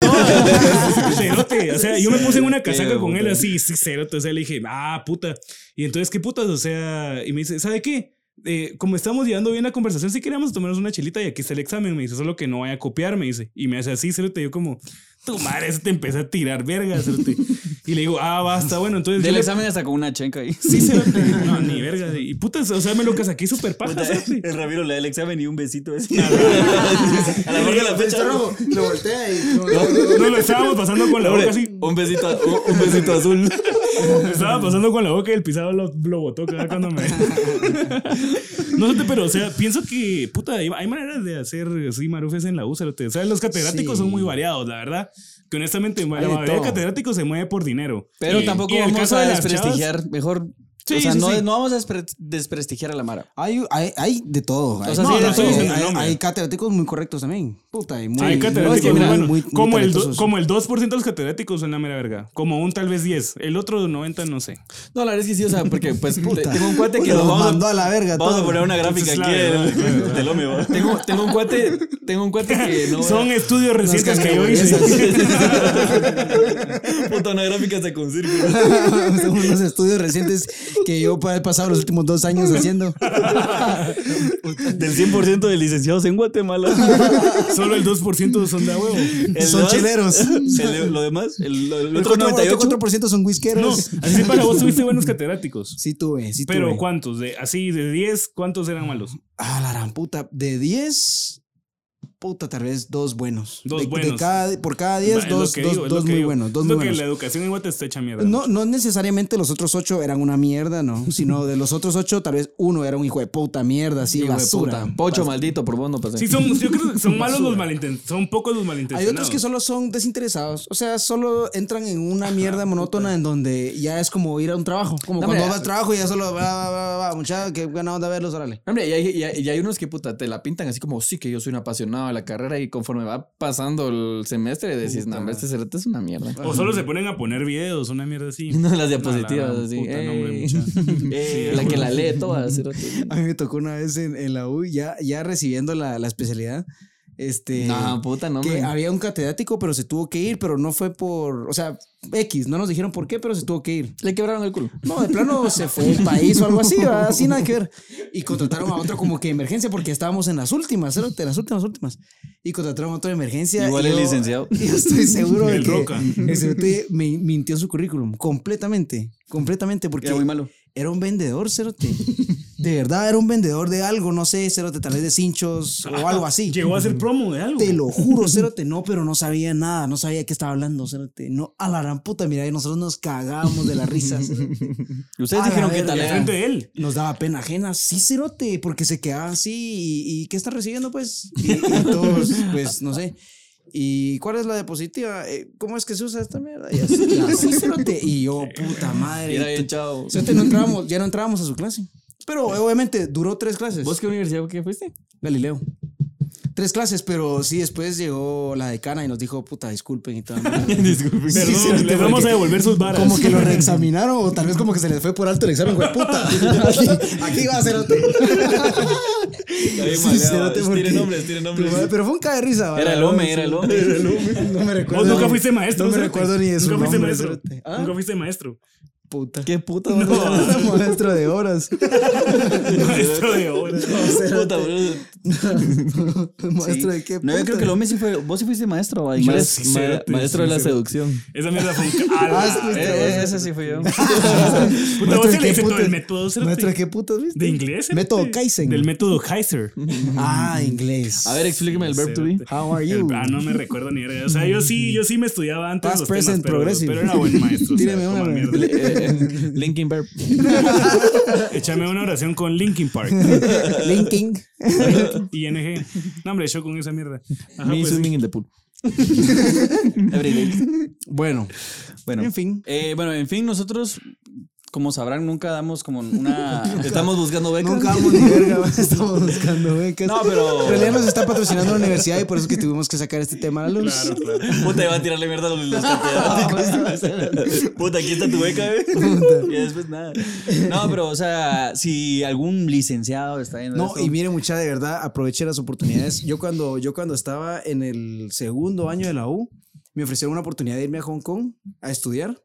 C: toda- cerote, o sea, yo me puse en una casaca
A: Pero,
C: con él
A: puta.
C: así, sí, cerote. O sea, le dije, ah, puta. Y entonces, ¿qué putas? O sea, y me dice, ¿sabe qué? Eh, como estamos llevando bien la conversación, si queríamos tomarnos una chelita y aquí está el examen, me dice, solo que no vaya a copiar, me dice. Y me hace así, cerote, yo como, tu madre, eso te empieza a tirar verga, cerote. Y le digo, ah, basta, bueno, entonces... yo
E: Del
C: le-
E: examen hasta con una chenca ahí.
C: Sí, cerote. No, ni verga. Y putas, o sea, me lo que saqué súper paja, cerote.
E: El Ramiro le da el examen y un besito [LAUGHS] así.
B: A la de la fecha rojo. Lo voltea y.
C: No, lo estábamos pasando con la boca así.
E: Un besito, un besito azul.
C: [LAUGHS] Lo estaba pasando con la boca y el pisado lo, lo botó cada cuando me... [LAUGHS] No, cerote, pero, o sea, pienso que, puta, hay, hay maneras de hacer así marufes en la U, cerote. O sea, los catedráticos
B: Sí.
C: son muy variados, la verdad. Que honestamente, la
B: de
C: mayoría de
B: todo.
C: catedráticos se mueve por dinero.
E: Pero
C: Y-
E: tampoco
C: y el
E: vamos
C: caso
E: a
C: de las
E: desprestigiar. Mejor.
C: Sí,
E: o sea,
C: sí,
E: no,
C: sí.
E: no vamos a despre- desprestigiar a la Mara.
B: Hay, hay, hay de todo. hay-
E: sea, sí,
B: hay
E: no
B: de
E: estoy
B: todo.
C: diciendo el
B: hay,
C: nombre.
B: hay catedráticos muy correctos también. Puta, y muy.
C: Hay
B: muy-
C: catedráticos
B: muy-
C: muy buenos.
B: muy- muy
C: como, el do-
B: talentosos.
C: como el 2% de los catedráticos son la mera verga. Como un tal vez 10. El otro 90 no sé.
A: No, la verdad es que sí, o sea,
B: [LAUGHS]
A: porque pues te- tengo un cuate
B: Puta,
A: que
B: los
A: nos vamos
B: mandó
A: a...
B: a la verga.
E: Vamos a
B: todo.
E: poner una
C: Esa
E: gráfica
C: es la
E: aquí
C: verdad,
E: del,
C: claro.
E: del hombre, ¿va?
A: Tengo, tengo un cuate, tengo un cuate que no... [LAUGHS]
C: Son estudios recientes que yo hice.
E: hice. Puta, una gráfica hasta con círculo.
B: [LAUGHS] Son unos estudios recientes que yo pa- he pasado los últimos dos años haciendo.
E: Del 100% de licenciados en Guatemala.
C: [LAUGHS] Solo el 2% son de a huevo.
E: El
B: Son
E: demás- [LAUGHS]
B: chileros.
E: el- lo demás, el, lo- el otro
B: Otro- otro
E: 98.
B: 4% son
C: No,
B: whiskeros.
C: así para vos tuviste buenos catedráticos.
B: [LAUGHS] Sí tuve, sí tuve.
C: Pero ¿cuántos? De, así de 10, ¿cuántos eran malos?
B: Ah, la gran puta. De 10, puta, tal vez dos buenos.
C: Dos
B: De- de
C: buenos.
B: cada- por cada
C: Es
B: 10,
C: lo
B: dos,
C: que
B: dos,
C: digo, es lo
B: dos
C: que
B: muy
C: digo.
B: buenos. Dos
C: Es
B: muy
C: lo que la
B: buenos.
C: educación en Guate está hecha mierda.
B: No, no necesariamente los otros ocho eran una mierda,
C: [LAUGHS]
B: no. Sino de los otros ocho, tal vez uno era un hijo de puta mierda, así,
A: Hijo de
B: basura.
A: puta. Pocho maldito, por vos no pasé.
C: Sí, son, yo creo
B: [LAUGHS]
C: que son malos los malintencionados. Son pocos los
B: Hay
C: malintencionados.
B: otros que solo son desinteresados. O sea, solo entran en una mierda monótona en donde ya es como ir a un trabajo. Como
A: No,
B: cuando
A: hombre,
B: vas al trabajo y ya solo va, va, va, va, muchacho, que buena onda verlos, órale.
A: Hombre, y hay, y hay- y hay unos que puta, te la pintan así como, sí, que yo soy un apasionado de la carrera y conforme va pasando el semestre decís, no, hombre, este cerete es una mierda.
C: O solo se ponen a poner videos, una
B: [LAUGHS]
C: mierda así.
A: No, las
C: No,
A: diapositivas,
C: la gran
A: así.
C: puta, no, hombre,
A: "Ey".
C: mucha.
A: Ey, la que la lee
E: Ah,
A: toda. cerote.
B: [LAUGHS] A mí me tocó una vez en, en la U, ya, ya recibiendo la, la especialidad. Este,
E: Ah,
A: No, puta, no,
B: que
A: hombre.
B: había un catedrático, pero se tuvo que ir, pero no fue por, o sea, X, no nos dijeron por qué, pero se tuvo que ir.
A: Le quebraron el culo.
B: No, de
E: [LAUGHS]
B: plano se fue del país o algo así, ¿verdad? así nada que ver. Y contrataron a otro como que de emergencia porque estábamos en las últimas, ¿no? de las últimas, últimas. Y contrataron a otro de emergencia.
E: Igual
B: y
E: el
B: yo-
E: licenciado.
B: y [LAUGHS] Yo estoy seguro de
C: [LAUGHS] El
B: que
C: Roca.
B: el cerote me mintió su currículum completamente, completamente porque
E: Era muy malo.
B: era un vendedor, cerote. De verdad, era un vendedor de algo, no sé, cerote, tal vez de cinchos o algo así.
C: Llegó a ser promo de algo.
B: Te lo juro, Cerote, no, pero no sabía nada, no sabía de qué estaba hablando, Cerote. No, a la gran puta, mira, y nosotros nos cagábamos de la risa. Cerote.
E: Y ustedes
B: A la
E: dijeron que
B: verga.
E: tal
C: Y al frente de él.
B: Nos daba pena ajena, sí, Cerote, porque se quedaba así y, y ¿qué están recibiendo, pues? Y, y todos, pues, no sé. ¿Y cuál es la diapositiva? Eh, ¿Cómo es que se usa esta mierda? Y así, y así, Cerote. Y yo, puta madre.
A: Era bien chao.
B: Cerote, Pues este no entrábamos, ya no entrábamos a su clase. Pero obviamente duró tres clases.
E: [LAUGHS]
A: ¿Vos qué universidad que fuiste?
B: Galileo. tres clases, pero sí, después llegó la decana y nos dijo, puta, disculpen
C: [LAUGHS]
B: y tal. [LAUGHS]
C: Perdón,
A: Disculpen.
B: sí, ahorita
C: les vamos
B: porque-
C: a devolver sus varas.
B: Como que
C: [LAUGHS]
B: lo reexaminaron o tal vez como que se les fue por alto el examen, güey, puta. Aquí, aquí va a ser otro. Sí, cerote, porque-
A: Tiene nombres, tiene nombres.
B: Pero fue un cae de risa, ¿verdad?
A: Era el hombre, era el
B: [LAUGHS]
A: hombre.
B: Era el hombre. No me recuerdo.
C: Vos nunca fuiste maestro.
B: No me
C: cerote.
B: recuerdo ni de su
C: Nunca fuiste
B: nombre,
C: maestro.
B: cerote. Ah.
C: Nunca
B: [LAUGHS]
C: fuiste maestro. [LAUGHS]
B: Puta.
E: Qué puta.
A: [LAUGHS]
B: maestro de obras.
C: Maestro
B: [LAUGHS]
C: de obras.
A: Puta, boludo.
B: maestro de qué
E: No, yo
B: puta.
E: creo que el hombre sí fue. Vos sí fuiste maestro, va.
C: Yo
E: Maes-
C: sí,
E: ma-
C: cerote,
E: maestro de
C: sí,
E: la
C: cerote.
E: seducción.
C: Esa mierda fue un. ca- a la-
B: Ah, sí,
C: eh,
B: Eh,
E: ese sí fui
B: [LAUGHS]
E: yo.
C: Puta, vos
B: Maestro,
C: sí
B: ¿qué
C: le hice todo
B: putas?
C: el método. cerote.
B: Maestro de Este, qué putas, ¿viste?
C: De inglés. cerote.
B: Método Kaizen.
C: Del método Kaiser.
B: Ah, inglés. [LAUGHS]
A: A ver, [LAUGHS] explíqueme el verb to be.
B: How are
C: El-
B: you?
C: ah, no me recuerdo ni era. O sea, yo sí, yo sí me estudiaba antes
B: Past,
C: los
B: present,
C: temas, pero,
B: progressive.
C: pero era buen maestro. o sea,
B: Tíreme
C: coma
B: una,
C: mierda.
B: güey.
A: Eh, Linking verb.
C: [LAUGHS] Échame una oración con Linkin Park. [LAUGHS]
B: Linking.
C: ING. No, hombre, yo con esa mierda. Ajá,
A: Me
C: pues, sí.
A: swimming in
C: [LAUGHS]
A: the pool.
B: Bueno,
E: Bueno,
B: en fin.
E: eh, bueno, en fin, nosotros, como sabrán, nunca damos como una. [LAUGHS] Estamos buscando becas.
B: Nunca vamos ni verga, [LAUGHS] güey, estamos buscando becas.
E: No, pero-
B: En realidad nos está patrocinando la universidad y por eso es que tuvimos que sacar este tema a la luz.
C: Claro, claro.
A: Puta, iba a tirarle mierda a los, los catedráticos. Puta, aquí está tu beca, eh.
E: Y después nada. No, pero, o sea, si algún licenciado está viendo.
B: No,
E: esto-
B: y mire mucha, de verdad, aproveché las [LAUGHS] oportunidades. Yo cuando, yo cuando estaba en el segundo año de la U, me ofrecieron una oportunidad de irme a Hong Kong a estudiar.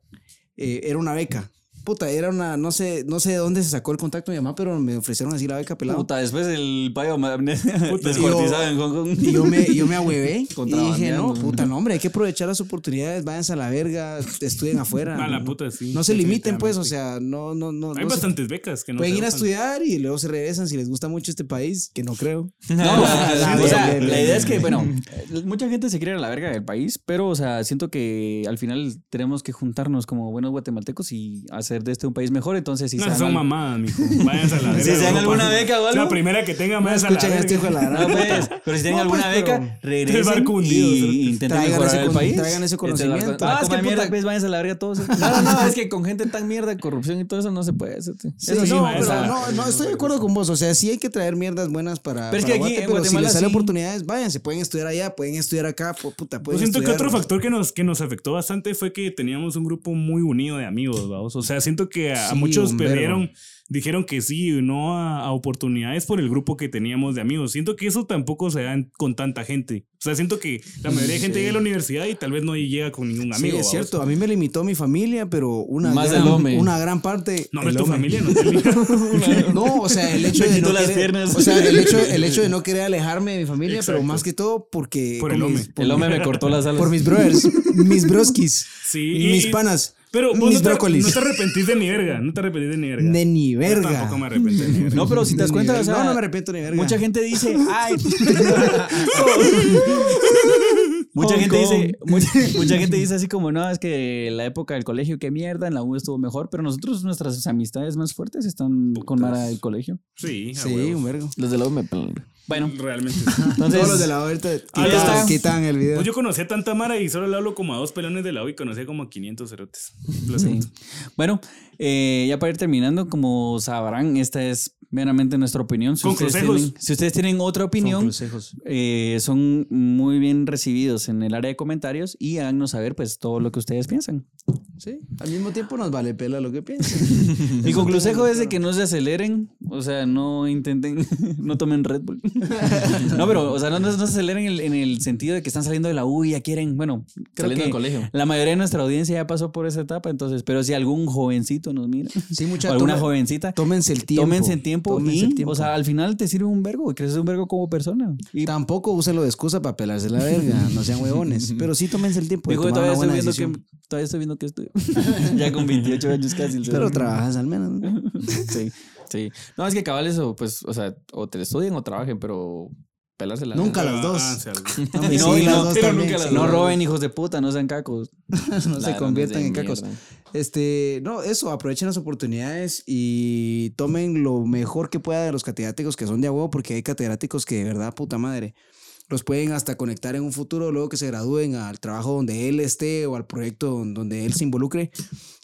B: Eh, era una beca. Puta, era una, no sé, no sé de dónde se sacó el contacto de mi mamá, pero me ofrecieron así la beca pelada.
E: Puta, después el payo ma- [LAUGHS]
C: Puta,
E: descuartizado en Hong Kong. [LAUGHS]
B: Y yo me, yo me ahuevé [LAUGHS] y dije, no,
E: Contrabandeando.
B: puta, no, hombre, hay que aprovechar las oportunidades, váyanse a la verga, estudien afuera.
C: [LAUGHS] A la puta, sí,
B: No se limiten, pues, o
C: definitivamente.
B: sea, no, no, no.
C: Hay
B: no se-
C: bastantes becas que no
B: Pueden
C: se
B: ir a
C: usan.
B: estudiar y luego se regresan si les gusta mucho este país, que no creo.
E: No, o sea,
B: bien,
E: la
B: bien,
E: idea es que, bueno, eh, mucha gente se quiere ir a la verga del país, pero, o sea, siento que al final tenemos que juntarnos como buenos guatemaltecos y hacer de este un país mejor. Entonces, si se
C: No,
E: dan
C: son
E: al-
C: mamadas, mijo. Váyanse a la verga.
E: Si se dan
C: no
E: alguna
C: pasen.
E: beca o algo.
C: La primera que tenga,
B: No
C: más a la
B: escuchan a
C: verga.
B: este hijo de la gran
E: No, pues, pero si tienen
B: No, pues,
E: alguna beca,
C: El
E: regresen
C: barco hundido,
E: y
C: ¿cierto?
E: intenten
B: Traigan
E: mejorar
B: ese
E: el
B: con-
E: país.
B: traigan ese conocimiento.
E: Este, la- la
B: Ah, es que
E: coma de mierda,
B: puta-
E: pues váyanse a la
B: [LAUGHS]
E: verga todos.
A: Ah,
E: No, no, no, es que con gente tan mierda, corrupción y todo eso no se puede. hacer, sí.
B: Sí,
C: Eso sí,
B: no,
C: maestra.
B: pero no, no, estoy de acuerdo con vos. O sea, sí hay que traer mierdas buenas para.
E: Pero es
B: para
E: que aquí en
B: pero si
E: Guatemala
B: les sale
E: sí.
B: oportunidades, váyanse. Pueden estudiar allá, pueden estudiar acá. pu- Puta, pueden
C: Yo Pues siento que
B: estudiar-
C: otro factor que nos, que nos afectó bastante fue que teníamos un grupo muy unido de amigos, vamos. O sea, siento que a, a
B: Sí,
C: muchos
B: un vergo.
C: perdieron, dijeron que sí, no a, a oportunidades por el grupo que teníamos de amigos. Siento que eso tampoco se da en- con tanta gente. O sea, siento que la mayoría de gente llega a la universidad y tal vez no llega con
B: Sí,
C: ningún amigo.
B: es
C: ¿va
B: cierto.
C: vos?
B: A mí me limitó mi familia, pero una,
A: Más
B: gran,
A: el hombre.
B: una gran parte.
C: No, hombre,
B: el
C: tu
B: hombre.
C: familia no te liga.
B: [LAUGHS] No, o sea, el hecho
A: Me
B: de
A: quitó
B: no
A: las
B: querer,
A: piernas.
B: o sea, el hecho, el hecho
E: [LAUGHS]
B: de no querer alejarme de mi familia, pero
C: Exacto.
B: más que todo porque
C: Por el
B: con mis-
C: hombre.
A: El hombre me cortó las alas.
B: por mis brothers, mis broskis,
C: Sí,
B: mis
C: y-
B: panas,
C: Pero vos
B: mis
C: no, te,
B: brócolis.
C: no te arrepentís de ni verga. No te arrepentís de ni verga.
B: de ni
C: Yo
B: verga.
C: Tampoco me arrepentí de ni verga.
E: No, pero si
B: [LAUGHS]
E: te das
B: Ni
E: cuenta,
B: verga.
E: o sea,
B: no, no me arrepiento ni verga.
E: Mucha
B: [LAUGHS]
E: gente dice, ay. [LAUGHS] mucha
B: Hong
E: gente dice,
B: Kong. [LAUGHS]
E: mucha, mucha gente dice así como, no, es que la época del colegio, qué mierda, en la U estuvo mejor, pero nosotros, nuestras amistades más fuertes están con Mara del colegio.
C: Sí, a
B: Sí,
C: huevos.
B: un vergo.
A: Los de la U me
E: Bueno,
B: [LAUGHS]
C: Realmente. sí.
E: entonces.
B: Todos los de la vuelta
C: Ahí
B: quitan,
C: está.
B: quitan el video.
C: Pues yo conocí a tanta Mara y solo le hablo como a dos pelones de la U y conocía como a
B: [LAUGHS]
C: 500 cerotes. Lo
E: Sí.
C: siento.
E: Bueno, eh, ya para ir terminando, como sabrán, esta es meramente nuestra opinión. Si,
C: Con
E: ustedes
C: consejos.
E: tienen, si ustedes tienen otra opinión,
B: consejos.
E: eh, son muy bien recibidos en el área de comentarios y háganos saber pues todo lo que ustedes piensan.
B: Sí, al mismo tiempo nos vale pela lo que piensan.
E: Mi consejo es de que no se aceleren, o sea, no intenten, [LAUGHS] no tomen Red Bull. No, pero, o sea, no, no se aceleren en el, en el sentido de que están saliendo de la U y ya quieren, bueno, creo
A: Saliendo
E: que
A: del colegio.
E: la mayoría de nuestra audiencia ya pasó por esa etapa, entonces, pero si algún jovencito nos mira,
B: Sí,
E: o
B: mucha
E: alguna
B: tome-
E: jovencita,
B: Tómense el tiempo.
E: tómense el tiempo
B: Tómense
E: y,
B: el tiempo.
E: o sea, al final te sirve un vergo, y creces un vergo como persona.
B: Y tampoco úsenlo de excusa para pelarse la verga, no sean
E: [LAUGHS]
B: huevones. Pero sí tómense el tiempo. de
E: Dijo que
B: tomar
E: todavía
B: una
E: estoy,
B: buena
E: viendo
B: decisión.
E: que, todavía estoy viendo que estoy. [LAUGHS] ya con 28 años casi. el
B: Pero
E: cerote.
B: trabajas al menos. ¿no?
A: [LAUGHS]
E: [LAUGHS]
A: Sí, sí. No, es que cabal eso, pues, o sea, o te estudian o trabajen, pero pelarse la
B: Nunca
C: Ah,
B: las dos.
C: ah, sí, algo.
B: No, y
E: no,
B: sí,
E: y
B: las
E: no,
B: dos
A: pero
B: también,
A: nunca las
B: sí.
E: No roben, hijos de puta, no sean cacos.
B: no se
A: Ladrones
B: conviertan
A: de
B: en cacos.
A: mierda.
B: Este, no, eso, aprovechen las oportunidades y tomen lo mejor que pueda de los catedráticos que son de a huevo, porque hay catedráticos que de verdad, puta madre, los pueden hasta conectar en un futuro, luego que se gradúen al trabajo donde él esté o al proyecto don- donde él se involucre.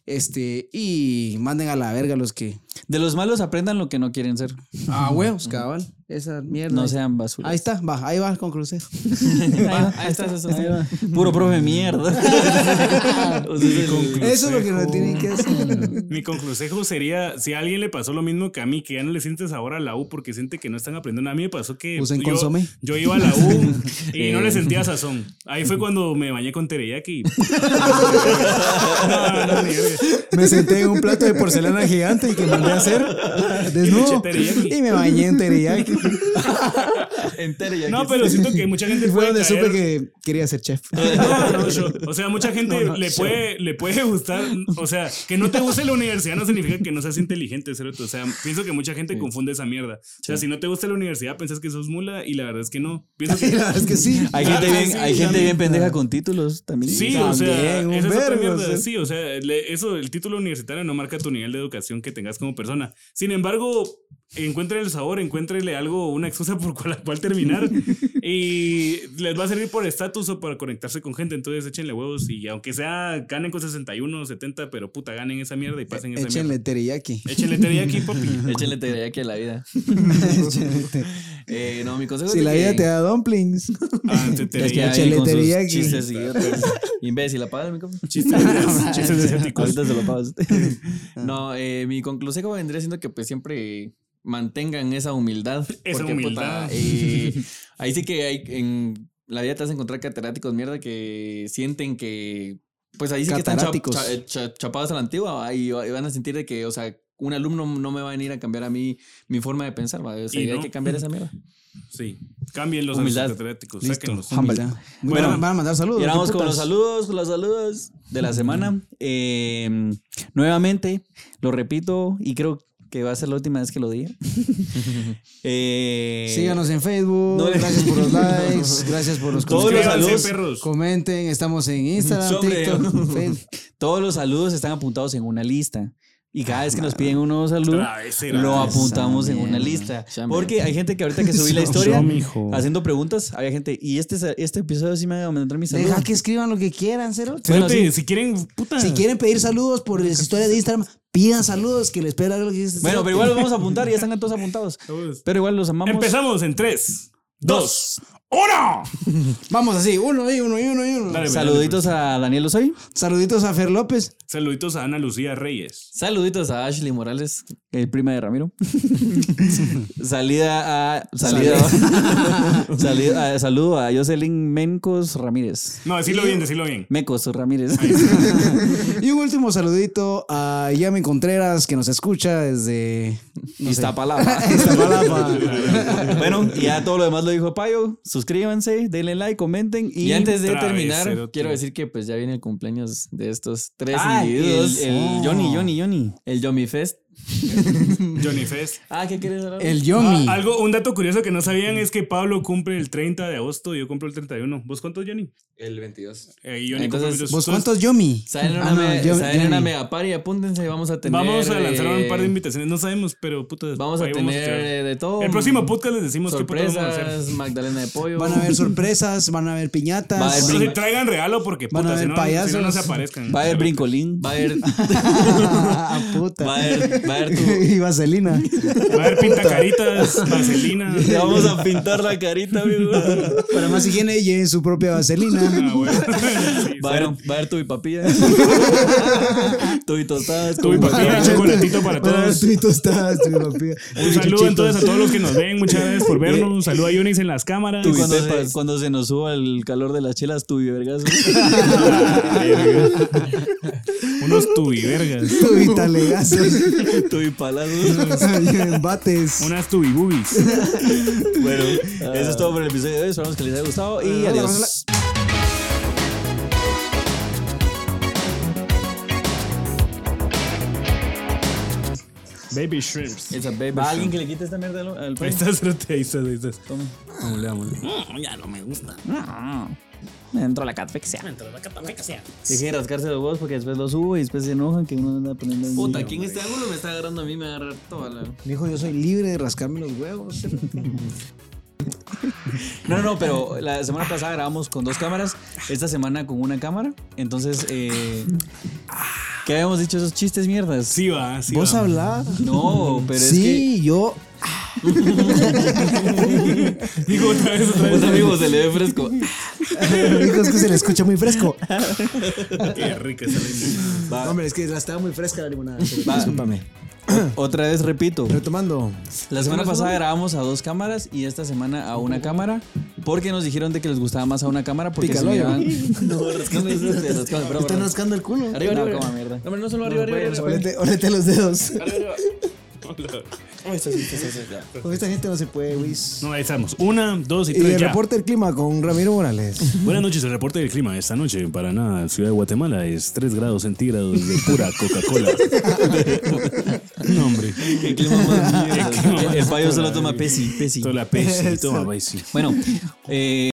B: Este, y manden a la verga los que.
E: De los malos aprendan lo que no quieren ser.
B: Ah, huevos, cabal. Esa mierda.
E: No sean basuras. [LAUGHS]
B: Ahí está, va, ahí va con crucero.
E: Ahí va, ahí está, eso está. Puro profe [LAUGHS] mierda. O sea,
B: Eso es lo que no tienen que hacer.
C: Mi conclusejo sería, si a alguien le pasó lo mismo que a mí, que ya no le sientes ahora a la U porque siente que no están aprendiendo. A mí me pasó que
B: Usen
C: yo,
B: Pues consomé. Eh.
C: yo iba a la
B: [LAUGHS]
C: U y no le sentía sazón. Ahí fue cuando me bañé
B: [LAUGHS]
C: con teriyaki. [LAUGHS] No, no, ni verga.
B: Me senté en un plato de porcelana gigante y que mandé a hacer desnudo.
C: Y le eché teriyaki.
B: Y me bañé en teriyaki.
A: Entero ya
C: No,
A: que-
C: pero siento que mucha gente
B: Fue
C: puede
B: donde
C: caer-
B: supe que quería ser chef. [LAUGHS]
C: No, no, yo- o sea, mucha gente le, puede, le puede gustar. O sea, que no te guste la universidad no significa que no seas inteligente, ¿cierto? O sea, pienso que mucha gente confunde esa mierda. O sea, si no te gusta la universidad, pensás que sos mula y la verdad es que no.
B: [LAUGHS]
C: Pienso
B: Y
C: que.
B: la verdad es que sí.
E: Hay gente
C: Ah,
E: bien,
C: sí,
E: hay gente
C: también.
E: bien pendeja con títulos también. Ah,
C: Sí, o sea,
B: También, un
C: esa es otra
B: vergo,
C: mierda,
B: o sea.
C: sí, o sea, le- eso, el título universitario no marca tu nivel de educación que tengas como persona. Sin embargo, encuentre el sabor, encuéntrele algo, una excusa por cual- la cual terminar y les va a servir por estatus o para conectarse con gente, entonces échenle huevos y aunque sea, ganen con 61 70, pero puta, ganen esa mierda y pasen esa mierda.
B: Échenle
C: [LAUGHS]
B: teriyaki.
C: Échenle teoría aquí,
E: [LAUGHS]
C: papi.
A: Échenle teriyaki a la vida.
B: Échenle te-
A: Eh, no, mi consejo
B: si
A: es
B: la
A: de
B: vida
A: que-
B: te da dumplings.
C: Ah, te- te-
A: Es que
C: ya,
A: ahí con sus
B: Cheletería que-
A: chistes idiotas. [LAUGHS] Imbécil, apaga el micrófono.
C: Chistes de- chistes de asiáticos.
A: Ahorita se lo pagas. [LAUGHS] No, eh, mi conclusión vendría siendo que pues siempre mantengan esa humildad.
C: Esa humildad.
A: eh, ahí sí que hay en la vida te vas a encontrar catedráticos mierda que sienten que pues ahí sí que están chap-
B: Catedráticos.
A: cha- eh, cha- chapados a la antigua y, y van a sentir de que, o sea, un alumno no me va a venir a cambiar a mí mi forma de pensar, ¿va? o sea,
C: Y
A: y hay
C: no.
A: que cambiar esa mierda.
C: Sí, cámbienlos a los
A: Humildad.
C: catedráticos,
A: Listo.
C: sáquenlos.
B: Humble. Bueno, van a mandar saludos.
E: Y ahora
B: ¿qué
E: vamos con
B: putas?
E: los saludos, con los saludos de la semana. Eh, nuevamente, lo repito y creo que va a ser la última vez que
B: [LAUGHS]
E: lo diga. Eh,
B: Síganos en Facebook.
E: No,
B: gracias por
E: [LAUGHS]
B: los likes. Gracias por los
E: Todos los
B: comentarios.
C: Suscríbanse,
E: saludos.
C: perros.
B: Comenten, estamos en Instagram,
E: Sobre-
B: TikTok, Facebook.
E: Todos los saludos están apuntados en una lista. Y cada vez que nos piden un nuevo saludo,
C: Travesera.
E: lo apuntamos
A: Esa
E: en una
A: mierda.
E: lista.
A: Esa
E: Porque
A: mierda.
E: hay gente que ahorita
B: [LAUGHS]
E: que subí la historia,
C: Yo, mijo.
E: haciendo preguntas, había gente. Y este, este episodio sí me va a mandar mis saludos.
B: Deja que escriban lo que quieran, cero.
E: Bueno,
C: Fíjate,
E: sí.
C: si quieren, puta.
B: Si quieren pedir saludos por las historias de Instagram, pidan saludos que les espera algo que este dices.
E: Bueno, pero igual los vamos a apuntar, ya están todos apuntados. Pero igual los amamos.
C: Empezamos en 3, 2, 1.
B: Vamos así, uno y uno y uno y uno.
E: Saluditos a Daniel Osoy.
B: Saluditos a Fer López.
C: pues. Saluditos a Ana Lucía Reyes.
A: Saluditos a Ashley Morales.
E: El prima
A: [LAUGHS]
E: de Ramiro. salida a. Salida. [LAUGHS] salida a- saludo a Jocelyn Mencos Ramírez.
C: No, decirlo bien, decirlo bien.
E: Mecos Ramírez.
B: Y un último saludito a Yami Contreras que nos escucha desde
A: [LAUGHS]
E: Iztapalapa. [LAUGHS]
B: Iztapalapa.
E: bueno, y ya todo lo demás lo dijo Payo. Suscríbanse, denle like, comenten. Y,
A: Y, antes de terminar,
C: Traveserote.
A: quiero decir que pues ya viene el cumpleaños de estos tres
E: Ah, y
A: individuos.
E: el, el
B: Oh.
E: Johnny, Johnny, Johnny.
A: El Yomi Fest.
C: Johnny Fest.
A: Ah, ¿qué quieres hablar?
B: El Yomi.
C: Ah, algo, un dato curioso que no sabían es que Pablo cumple el 30 de agosto y yo cumplo el 31. ¿Vos cuántos, Johnny?
A: El 22.
C: Eh, y Johnny
A: Entonces,
C: cumple el 22.
B: ¿Vos cuántos Yomi?
A: Salen
B: Ah,
A: una,
B: no,
A: me-
B: Yo-
A: salen una
B: Yomi.
A: mega party, apúntense, vamos a tener...
C: Vamos a lanzar un
A: eh,
C: par de invitaciones. No sabemos, pero puta.
A: Vamos a
C: ahí
A: tener
C: tirar.
A: eh, de todo.
C: El próximo podcast les decimos qué puta vamos a hacer.
A: Sorpresas, Magdalena de Pollo.
B: Van a haber sorpresas, van a haber piñatas.
E: Va a haber
B: [LAUGHS]
C: Pero
E: brinco.
C: si traigan regalo porque
B: Van a
C: puta,
B: haber
C: si no, si no,
B: payasos.
C: no se aparezcan.
E: Va a haber brincolín.
A: Va a
E: [LAUGHS]
A: haber...
B: Ah, puta.
A: va a haber... Va
B: [LAUGHS]
A: a haber tu...
B: y vaselina.
C: Va a haber pintacaritas, vaselina.
E: Le vamos a pintar la
A: [LAUGHS]
E: carita, amigo.
B: Para más higiene, lleven su propia
C: Ah,
B: vaselina.
C: bueno. [LAUGHS] Sí,
E: Va a haber, va a haber tu
A: [LAUGHS]
E: y papilla. tu y tostadas.
C: Tubi papilla, un chocolatito para
B: Van a haber
C: todos.
B: tu tostadas, tu papilla.
C: Un saludo entonces a todos los que nos ven, muchas gracias por vernos. Un saludo a Unix en las cámaras.
E: Y cuando,
A: Pepas.
E: se, cuando se nos suba el calor de las chelas, tu y vergas. [LAUGHS]
C: Unos tubivergas.
B: Tuitalegazos.
E: tu y palazos.
B: Lleven bates.
C: Unas tubibubis.
E: Bueno, eso es todo por el episodio de hoy. Esperamos que les haya gustado y
B: Hola, hola.
E: adiós.
C: Baby shrimps.
E: Eh,
A: It's a baby
E: ¿Va
A: shrimp.
E: alguien que le quite esta mierda al, al
C: Ahí
E: país?
C: estás, Rote, ahí estás, ahí estás. Mm, Ya no me gusta.
E: Me entró Ah. la catfixia. Dejé de rascarse los huevos porque después los subo y después se enojan que uno anda poniendo... en-
A: Puta, aquí en este ángulo me está agarrando a mí, me va a agarrar toda la...
B: Mijo, yo soy libre de rascarme los huevos.
E: No, no, no, pero la semana pasada grabamos con dos cámaras, esta semana con una cámara. Entonces, eh, ¿Qué habíamos dicho esos chistes mierdas?
C: Sí, va, sí.
B: Vos
C: va.
B: hablás.
E: No, pero
B: sí, yo.
C: Digo otra vez, otra
A: A
E: pues,
C: vez.
A: un amigo se le ve fresco.
B: Dijo, es que se le escucha muy fresco.
C: Qué rica esa leche.
B: No, hombre, es que la estaba muy fresca la limonada.
E: Va.
B: Discúlpame.
E: es que otra vez
C: [LAUGHS]
E: repito.
B: Retomando.
E: La semana pasada grabamos a dos cámaras y esta semana a una cámara porque nos dijeron de que les gustaba más a una cámara porque se
B: Pícalo,
E: miraban...
C: [LAUGHS]
A: No,
E: [LAUGHS]
A: rascame, rascame,
B: Te
A: bravo,
B: están
A: bravo.
B: rascando el culo.
A: Arriba,
E: No,
A: arriba.
E: coma mierda.
A: No, hombre, no solo arriba, arriba, arriba.
B: Ólete, ólete los dedos.
C: Hola.
B: Con esta gente no se puede, Luis.
C: No, ahí estamos. Una, dos y
B: Y
C: tres.
B: el
C: ya.
B: reporte del clima con Ramiro Morales.
C: Buenas noches, el reporte del clima. Esta noche en Paraná, Ciudad de Guatemala, es 3 grados centígrados de pura
E: [LAUGHS]
C: Coca-Cola. no, hombre.
E: El clima más
C: [LAUGHS] El
E: mierda.
C: clima más
E: El payo solo
C: mierda.
E: toma Pepsi, Pepsi.
C: Toda la peste. Toma, bye, sí. [LAUGHS]
E: Bueno, eh,